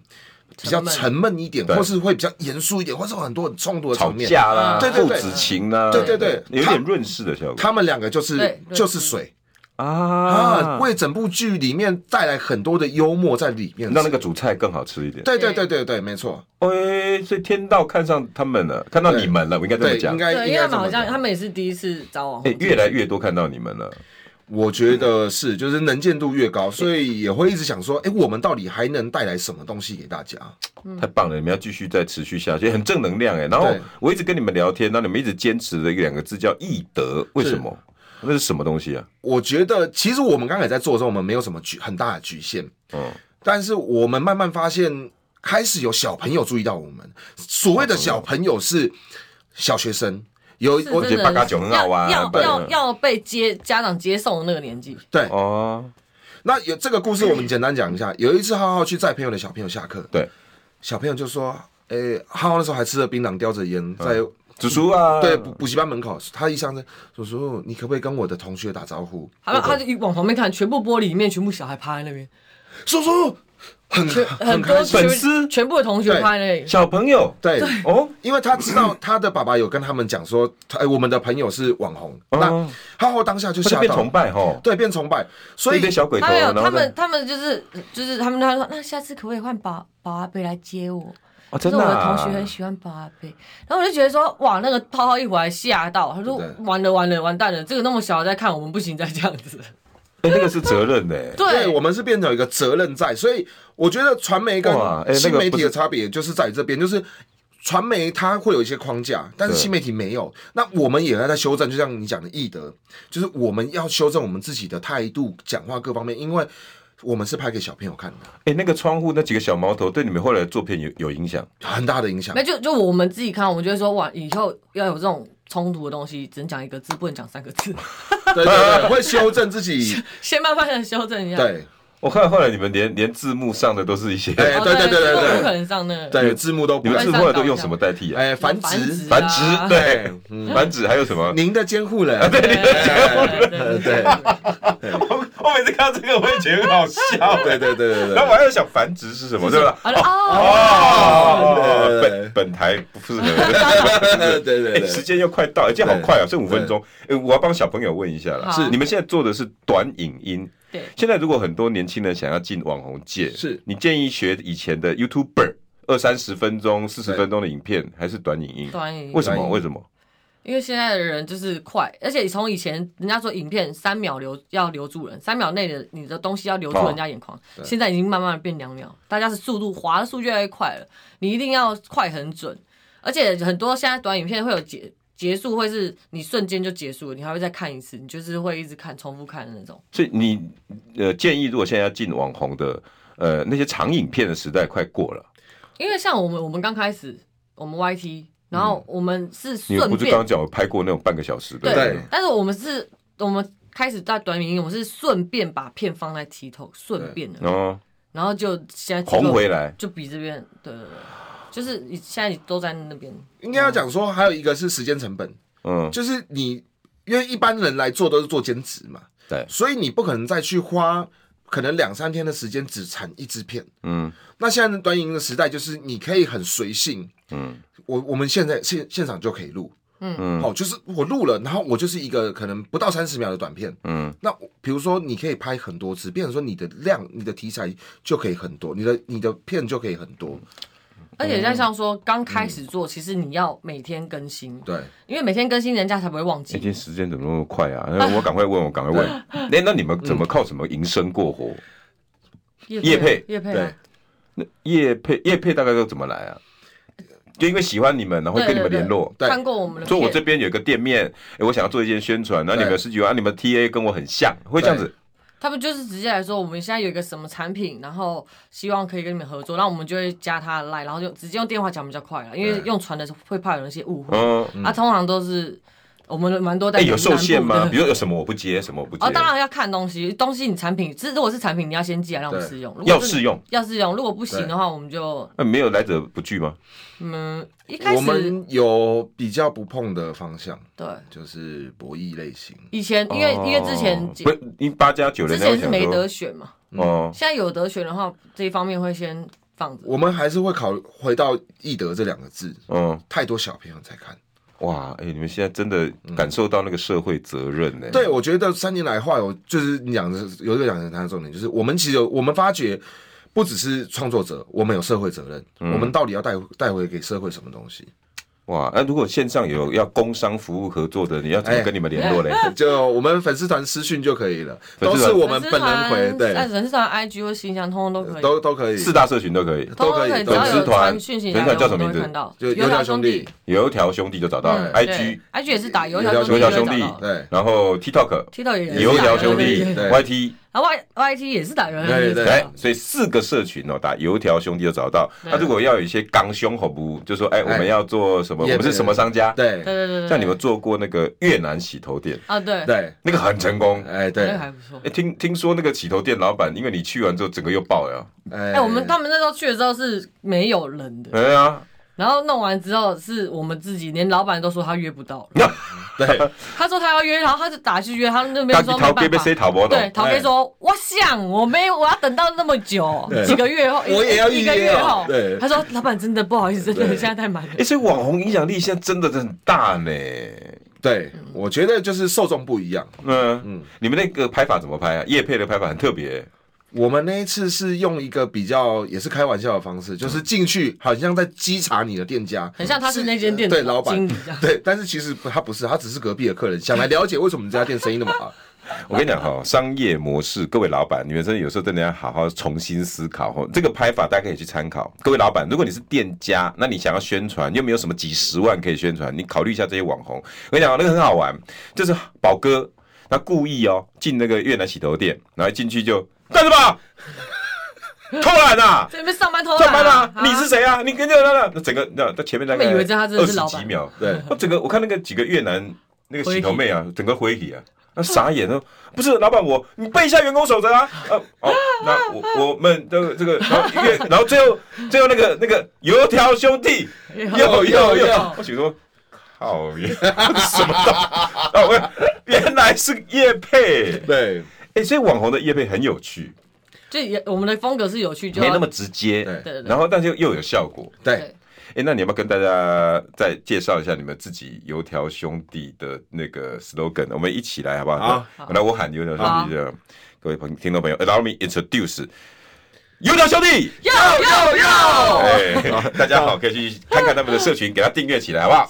S3: 比较沉闷一点，
S1: 对
S3: 或是会比较严肃一点，或是有很多很冲突的
S1: 吵
S3: 场面。
S1: 架啦，
S3: 对对对
S1: 父子情啦，
S3: 对对对
S1: 有点
S3: 他
S1: 润饰的效果
S3: 他们两个就是
S2: 对
S3: 就是水啊，
S1: 啊，
S3: 为整部剧里面带来很多的幽默在里面。
S1: 让那个主菜更好吃一点。
S3: 对对对对对，没错，
S1: 哎、所以天道看上他们了，看到你们了，我应该这么
S3: 对，
S1: 讲
S3: 应。该
S2: 对，因
S3: 应
S2: 为
S3: 该
S2: 他
S3: 这
S2: 们
S3: 么
S2: 好像
S3: 讲
S2: 他们也是第一次找网
S1: 哎、
S2: 红，
S1: 越来越多看到你们了。
S3: 我觉得是，就是能见度越高，所以也会一直想说，哎，我们到底还能带来什么东西给大家？
S2: 嗯
S1: 太棒了！你们要继续再持续下去，很正能量哎。然后
S3: 对
S1: 我一直跟你们聊天，那你们一直坚持的一个两个字叫义德，为什么？那是什么东西啊？
S3: 我觉得其实我们刚才在做的时候，我们没有什么局很大的局限，
S1: 嗯，
S3: 但是我们慢慢发现，开始有小朋友注意到我们。所谓的小朋友是小学生，有
S2: 是
S3: 我
S2: 真
S1: 觉得
S2: 的
S1: 八嘎九很好玩
S2: 要
S1: 对
S2: 要要要被接家长接送的那个年纪，
S3: 对。嗯
S1: 哦，
S3: 那有这个故事，我们简单讲一下。有一次，浩浩去载朋友的小朋友下课，
S1: 对，
S3: 小朋友就说：“诶、浩浩那时候还吃着槟榔，叼着烟，在、
S1: 叔叔啊，
S3: 对补补习班门口，他一上车，叔叔，你可不可以跟我的同学打招呼？”
S2: 他他就往旁边看，全部玻璃里面全部小孩趴在那边，
S3: 叔叔很
S2: 很多
S3: 开心，
S2: 全
S1: 粉丝
S2: 全部的同学趴在那里，
S1: 小朋友
S3: 对。
S1: 哦，
S3: 因为他知道他的爸爸有跟他们讲说，他哎，我们的朋友是网红，那浩浩当下就
S1: 哦他就
S3: 吓
S1: 变
S3: 到
S1: 崇，拜吼，
S3: 对，变崇拜，所
S1: 一
S3: 以
S1: 堆小鬼头，
S2: 他们有，
S1: 然后
S2: 他们
S1: 呢
S2: 他们就是就是他们他说，那下次可不可以换保保阿贝来接我？
S1: 哦，
S2: 就
S1: 真
S2: 是
S1: 的
S2: 我
S1: 啊
S2: 的同学很喜欢保阿贝，然后我就觉得说，哇，那个泡泡一回来吓到，他说
S3: 真的
S2: 完了完了完蛋了，这个那么小在看我们不行再这样子，
S1: 哎，那个是责任哎，
S3: 对
S2: 对，
S3: 我们是变成有一个责任在，所以我觉得传媒跟
S1: 哇哎那个
S3: 新媒
S1: 不
S3: 体
S1: 是
S3: 的差别就是在于这边，就是。传媒它会有一些框架，但是
S1: 对
S3: 新媒体没有。那我们也要在修正，就像你讲的艺德，就是我们要修正我们自己的态度、讲话各方面，因为我们是拍给小朋友看的，
S1: 哎，那个窗户那几个小毛头对你们后来的作品有有影响，
S3: 很大的影响
S2: 那。就就我们自己看，我们就会说，哇，以后要有这种冲突的东西，只能讲一个字，不能讲三个字，
S3: 对对对，会修正 自己。
S2: 先慢慢的修正一下。
S3: 对，
S1: 我看后来你们连连字幕上的都是一些，
S3: 哎，
S2: 哦，
S3: 对对对
S2: 所以我
S3: 对
S2: 不可
S3: 对
S2: 能上那个
S3: 对，字幕都不
S1: 你们
S3: 会
S1: 字幕后来都用什么代替啊？
S3: 哎繁
S2: 繁
S3: 殖
S2: 殖，
S1: 繁殖
S2: 啊
S1: 对，
S3: 嗯
S1: 繁殖还有什么？
S3: 您的监护 人，对
S2: 对对
S3: 对
S1: 我每次看到这个，我也觉得很好笑。
S3: 对对对对
S1: 然后我还在想繁殖是什么，对吧？
S2: 啊哦，
S1: 哦，
S3: 对对对
S1: 本本台不适合。
S3: 对对对
S1: 哎，
S3: 对
S1: 时间又快到，哎，这样好快啊，剩五分钟。哎，我要帮小朋友问一下了，
S2: 好
S1: 你们现在做的是短影音。
S2: 对
S1: 现在如果很多年轻人想要进网红界，
S3: 是
S1: 你建议学以前的 YouTuber 二三十分钟、四十
S3: 对
S1: 分钟的影片，还是短影音？
S2: 短影音
S1: 为什
S3: 短
S1: 么？
S3: 影
S1: 为什么？
S2: 因为现在的人就是快，而且从以前人家说影片三秒留要留住人，三秒内的你的东西要留住人家眼眶，现在已经慢慢地变两秒，大家是速度滑的速度越来越快了，你一定要快很准，而且很多现在短影片会有结结束，会是你瞬间就结束了，你还会再看一次，你就是会一直看重复看的那种。
S1: 所以你呃建议，如果现在要进网红的，呃那些长影片的时代快过了。
S2: 因为像我们我们刚开始我们 YT，然后我们是
S1: 嗯你
S2: 顺
S1: 不是
S2: 便
S1: 刚刚讲我拍过那种半个小时的？
S2: 对
S3: 对，
S2: 但是我们是，我们开始在短影音，我们是顺便把片放在 T 头，顺便的，
S1: 然后
S2: 然后就现在 TikTok
S1: 红回来。
S2: 就比这边，对对对，就是你现在都在那边，
S3: 应该要讲说，还有一个是时间成本，
S1: 嗯，
S3: 就是你因为一般人来做都是做兼职嘛，
S1: 对
S3: 所以你不可能再去花可能两三天的时间只产一支片。嗯，那现在的短影音的时代，就是你可以很随性。嗯，我我们现在现现场就可以录。嗯，好，就是我录了，然后我就是一个可能不到三十秒的短片。嗯，那我比如说你可以拍很多次，变成说你的量、你的题材就可以很多，你的你的片就可以很多。
S2: 而且像像说刚开始做，其实你要每天更新，
S3: 对，
S2: 因为每天更新人家才不会忘
S1: 哎今
S2: 记。
S1: 天时间怎么那么快啊？那我赶快问，我赶快问。 那那你们怎么靠什
S3: 嗯
S1: 么营生过活？业配
S2: 叶配
S3: 对
S2: 啊，
S1: 那业配业配大概都怎么来啊？就因为喜欢你们，然后会跟你们联络。
S3: 对
S2: 看过我们的
S1: 说我
S2: 片，
S1: 这边有个店面，诶我想要做一件宣传，然后你们
S3: 对
S1: 有十几万，你们 TA 跟我很像，会这样子。
S2: 他们就是直接来说，我们现在有一个什么产品，然后希望可以跟你们合作，然后我们就会加他的 line，然后就直接用电话讲比较快了，因为用传的时候会怕有一些误会。
S1: 嗯，
S2: 啊，通常都是我们蛮多在
S1: 哎，有受限
S2: 南
S1: 吗？
S2: 部的
S1: 比如有什么我不接，什么我不接
S2: 哦，，当然要看东西，东西你产品，是如果是产品，你要先寄来让我们试用，如果
S1: 要
S2: 是
S1: 试用，
S2: 要试用，如果不行的话，我们就
S1: 那没有来者不拒吗？
S2: 嗯，一开
S3: 我
S2: 始
S3: 们有比较不碰的方向，
S2: 对
S3: 就是博弈类型。
S2: 以前因为因为之前
S1: 哦不，因为八加九的
S2: 之
S1: 那我
S2: 前是
S1: 想
S2: 没
S1: 说
S2: 得选嘛，
S1: 哦，
S2: 现在有得选的话，这一方面会先放着。
S3: 我们还是会考回到“易德”这两个字，
S1: 嗯，
S3: 太多小朋友在看。
S1: 哇，哎，你们现在真的感受到那个社会责任呢？
S3: 嗯对，，我觉得三年来话有，就是你讲的有一个讲的谈的重点，就是我们其实有我们发觉，不只是创作者，我们有社会责任，
S1: 嗯
S3: 我们到底要带带回给社会什么东西？
S1: 哇，那如果线上有要工商服务合作的，你要怎么
S3: 哎
S1: 跟你们联络嘞？
S3: 就我们粉丝团私讯就可以了，
S1: 粉
S3: 都
S1: 丝团
S3: 是我们本人回，
S2: 哎，
S3: 对，
S2: 人事团 IG 或信箱，通通都可以，
S3: 都都可 以。
S1: 四大社群都可以，
S2: 通通
S3: 都可以
S2: 以，只要
S1: 粉丝
S2: 有
S1: 团
S2: 传讯息来
S1: 粉丝团叫
S2: 的，
S1: 什
S2: 我们
S1: 么名
S2: 都
S1: 字
S2: 会看到。
S3: 就油条
S2: 条
S3: 兄弟
S2: 弟嗯
S1: 油条兄弟就找到
S3: 嗯
S1: 了
S2: 对
S1: ，IG，
S2: IG 也是打油条
S3: 油条
S1: 油条
S2: 兄
S1: 兄
S2: 弟就会
S1: 弟
S2: 找到，
S3: 对
S1: 然后 TikTok。
S2: ，TikTok 也是
S1: 油条
S2: 打
S1: 兄弟
S3: 对
S1: YT，
S2: 然后啊 Y Y T 也是打油条兄弟
S3: 对
S2: 找
S3: 对
S1: 哎
S2: 到，，
S1: 所以四个社群哦，打油条兄弟就找到。
S2: 啊
S1: 那如果要有一些刚兄好不，就说哎，我们要做什么？我
S3: 也
S1: 们是什么商家？
S3: 对
S2: 对对对对，
S1: 哎像你们做过那个越南洗头店，
S2: 啊对，
S3: 对，
S1: 那个很成功。
S3: 哎对
S2: 那个，还不错
S1: 哎，。听听说那个洗头店老板，因为你去完之后，整个又爆了。
S3: 哎
S2: 哎、我们他们那时候去的时候是没有人的，
S1: 哎呀，
S2: 然后弄完之后是我们自己，连老板都说他约不到，
S3: 哎对
S2: 他说他要约，然后他就打去约，他那边说
S1: 逃
S2: 没
S1: 给
S2: 办
S1: 被谁
S2: 法。
S1: 逃不
S2: 对，
S1: 懂？
S2: 陶飞说：“我想我没有，我要等到那么久，
S3: 哎对
S2: 几个月后，
S3: 我也要预
S2: 一
S3: 约
S2: 个
S3: 哦
S2: 月后。”
S3: 对
S2: 他说：“老板真的不好意思，真的
S3: 对
S2: 现在太满了
S1: 哎，。所以网红影响力现在真的很大呢。
S3: 对，我觉得就是受众不一样。
S1: 嗯，你们那个拍法怎么拍啊？叶配的拍法很特别。
S3: 我们那一次是用一个比较也是开玩笑的方式，就是进去好像在稽查你的店家，
S2: 很像他是那间店的
S3: 对老板
S2: 经理啊 这样
S3: 对，但是其实不他不是，他只是隔壁的客人，想来了解为什么你这家店生意那么好。
S1: 我跟你讲哈、商业模式，各位老板，你们真的有时候真的要好好重新思考哈、这个拍法大家可以去参考。各位老板，如果你是店家，那你想要宣传，又没有什么几十万可以宣传，你考虑一下这些网红。我跟你讲、那个很好玩，就是宝哥他故意哦进那个越南洗头店，然后进去就干什么？偷懒啊！
S2: 在那边上班偷
S1: 上
S2: 懒
S1: 班啊！你是谁啊？你跟着那那整个那那前面大概
S2: 他们以为这他真
S1: 二
S2: 的是
S1: 十
S2: 老板
S1: 几秒，
S3: 对，
S1: 我整个我看那个几个越南那个洗头妹啊，整个回礼啊，那傻眼了。不是老板我，你背一下员工守则啊。呃，哦，那我我们的这个，然后 越，然后最后最后那个那个油条兄弟，又又又，我想说。靠呀，什么东西？ 哦，我原来是叶配，
S3: 对
S1: 哎、所以网红的叶配很有趣，
S2: 就也我们的风格是有趣，就
S1: 没那
S2: 要
S1: 么直接，
S3: 对
S2: 对对对
S1: 然后但是又又有效果。
S3: 对，
S1: 哎、那你要不要跟大家再介绍一下你们自己油条兄弟的那个 slogan？我们一起来好不好？好，那我喊油条兄弟的各位朋听众朋友，allow me introduce 油条兄弟。
S2: 要要要。哦
S1: 哎、大家好，可以去看看他们的社群，给他订阅起来，好不好？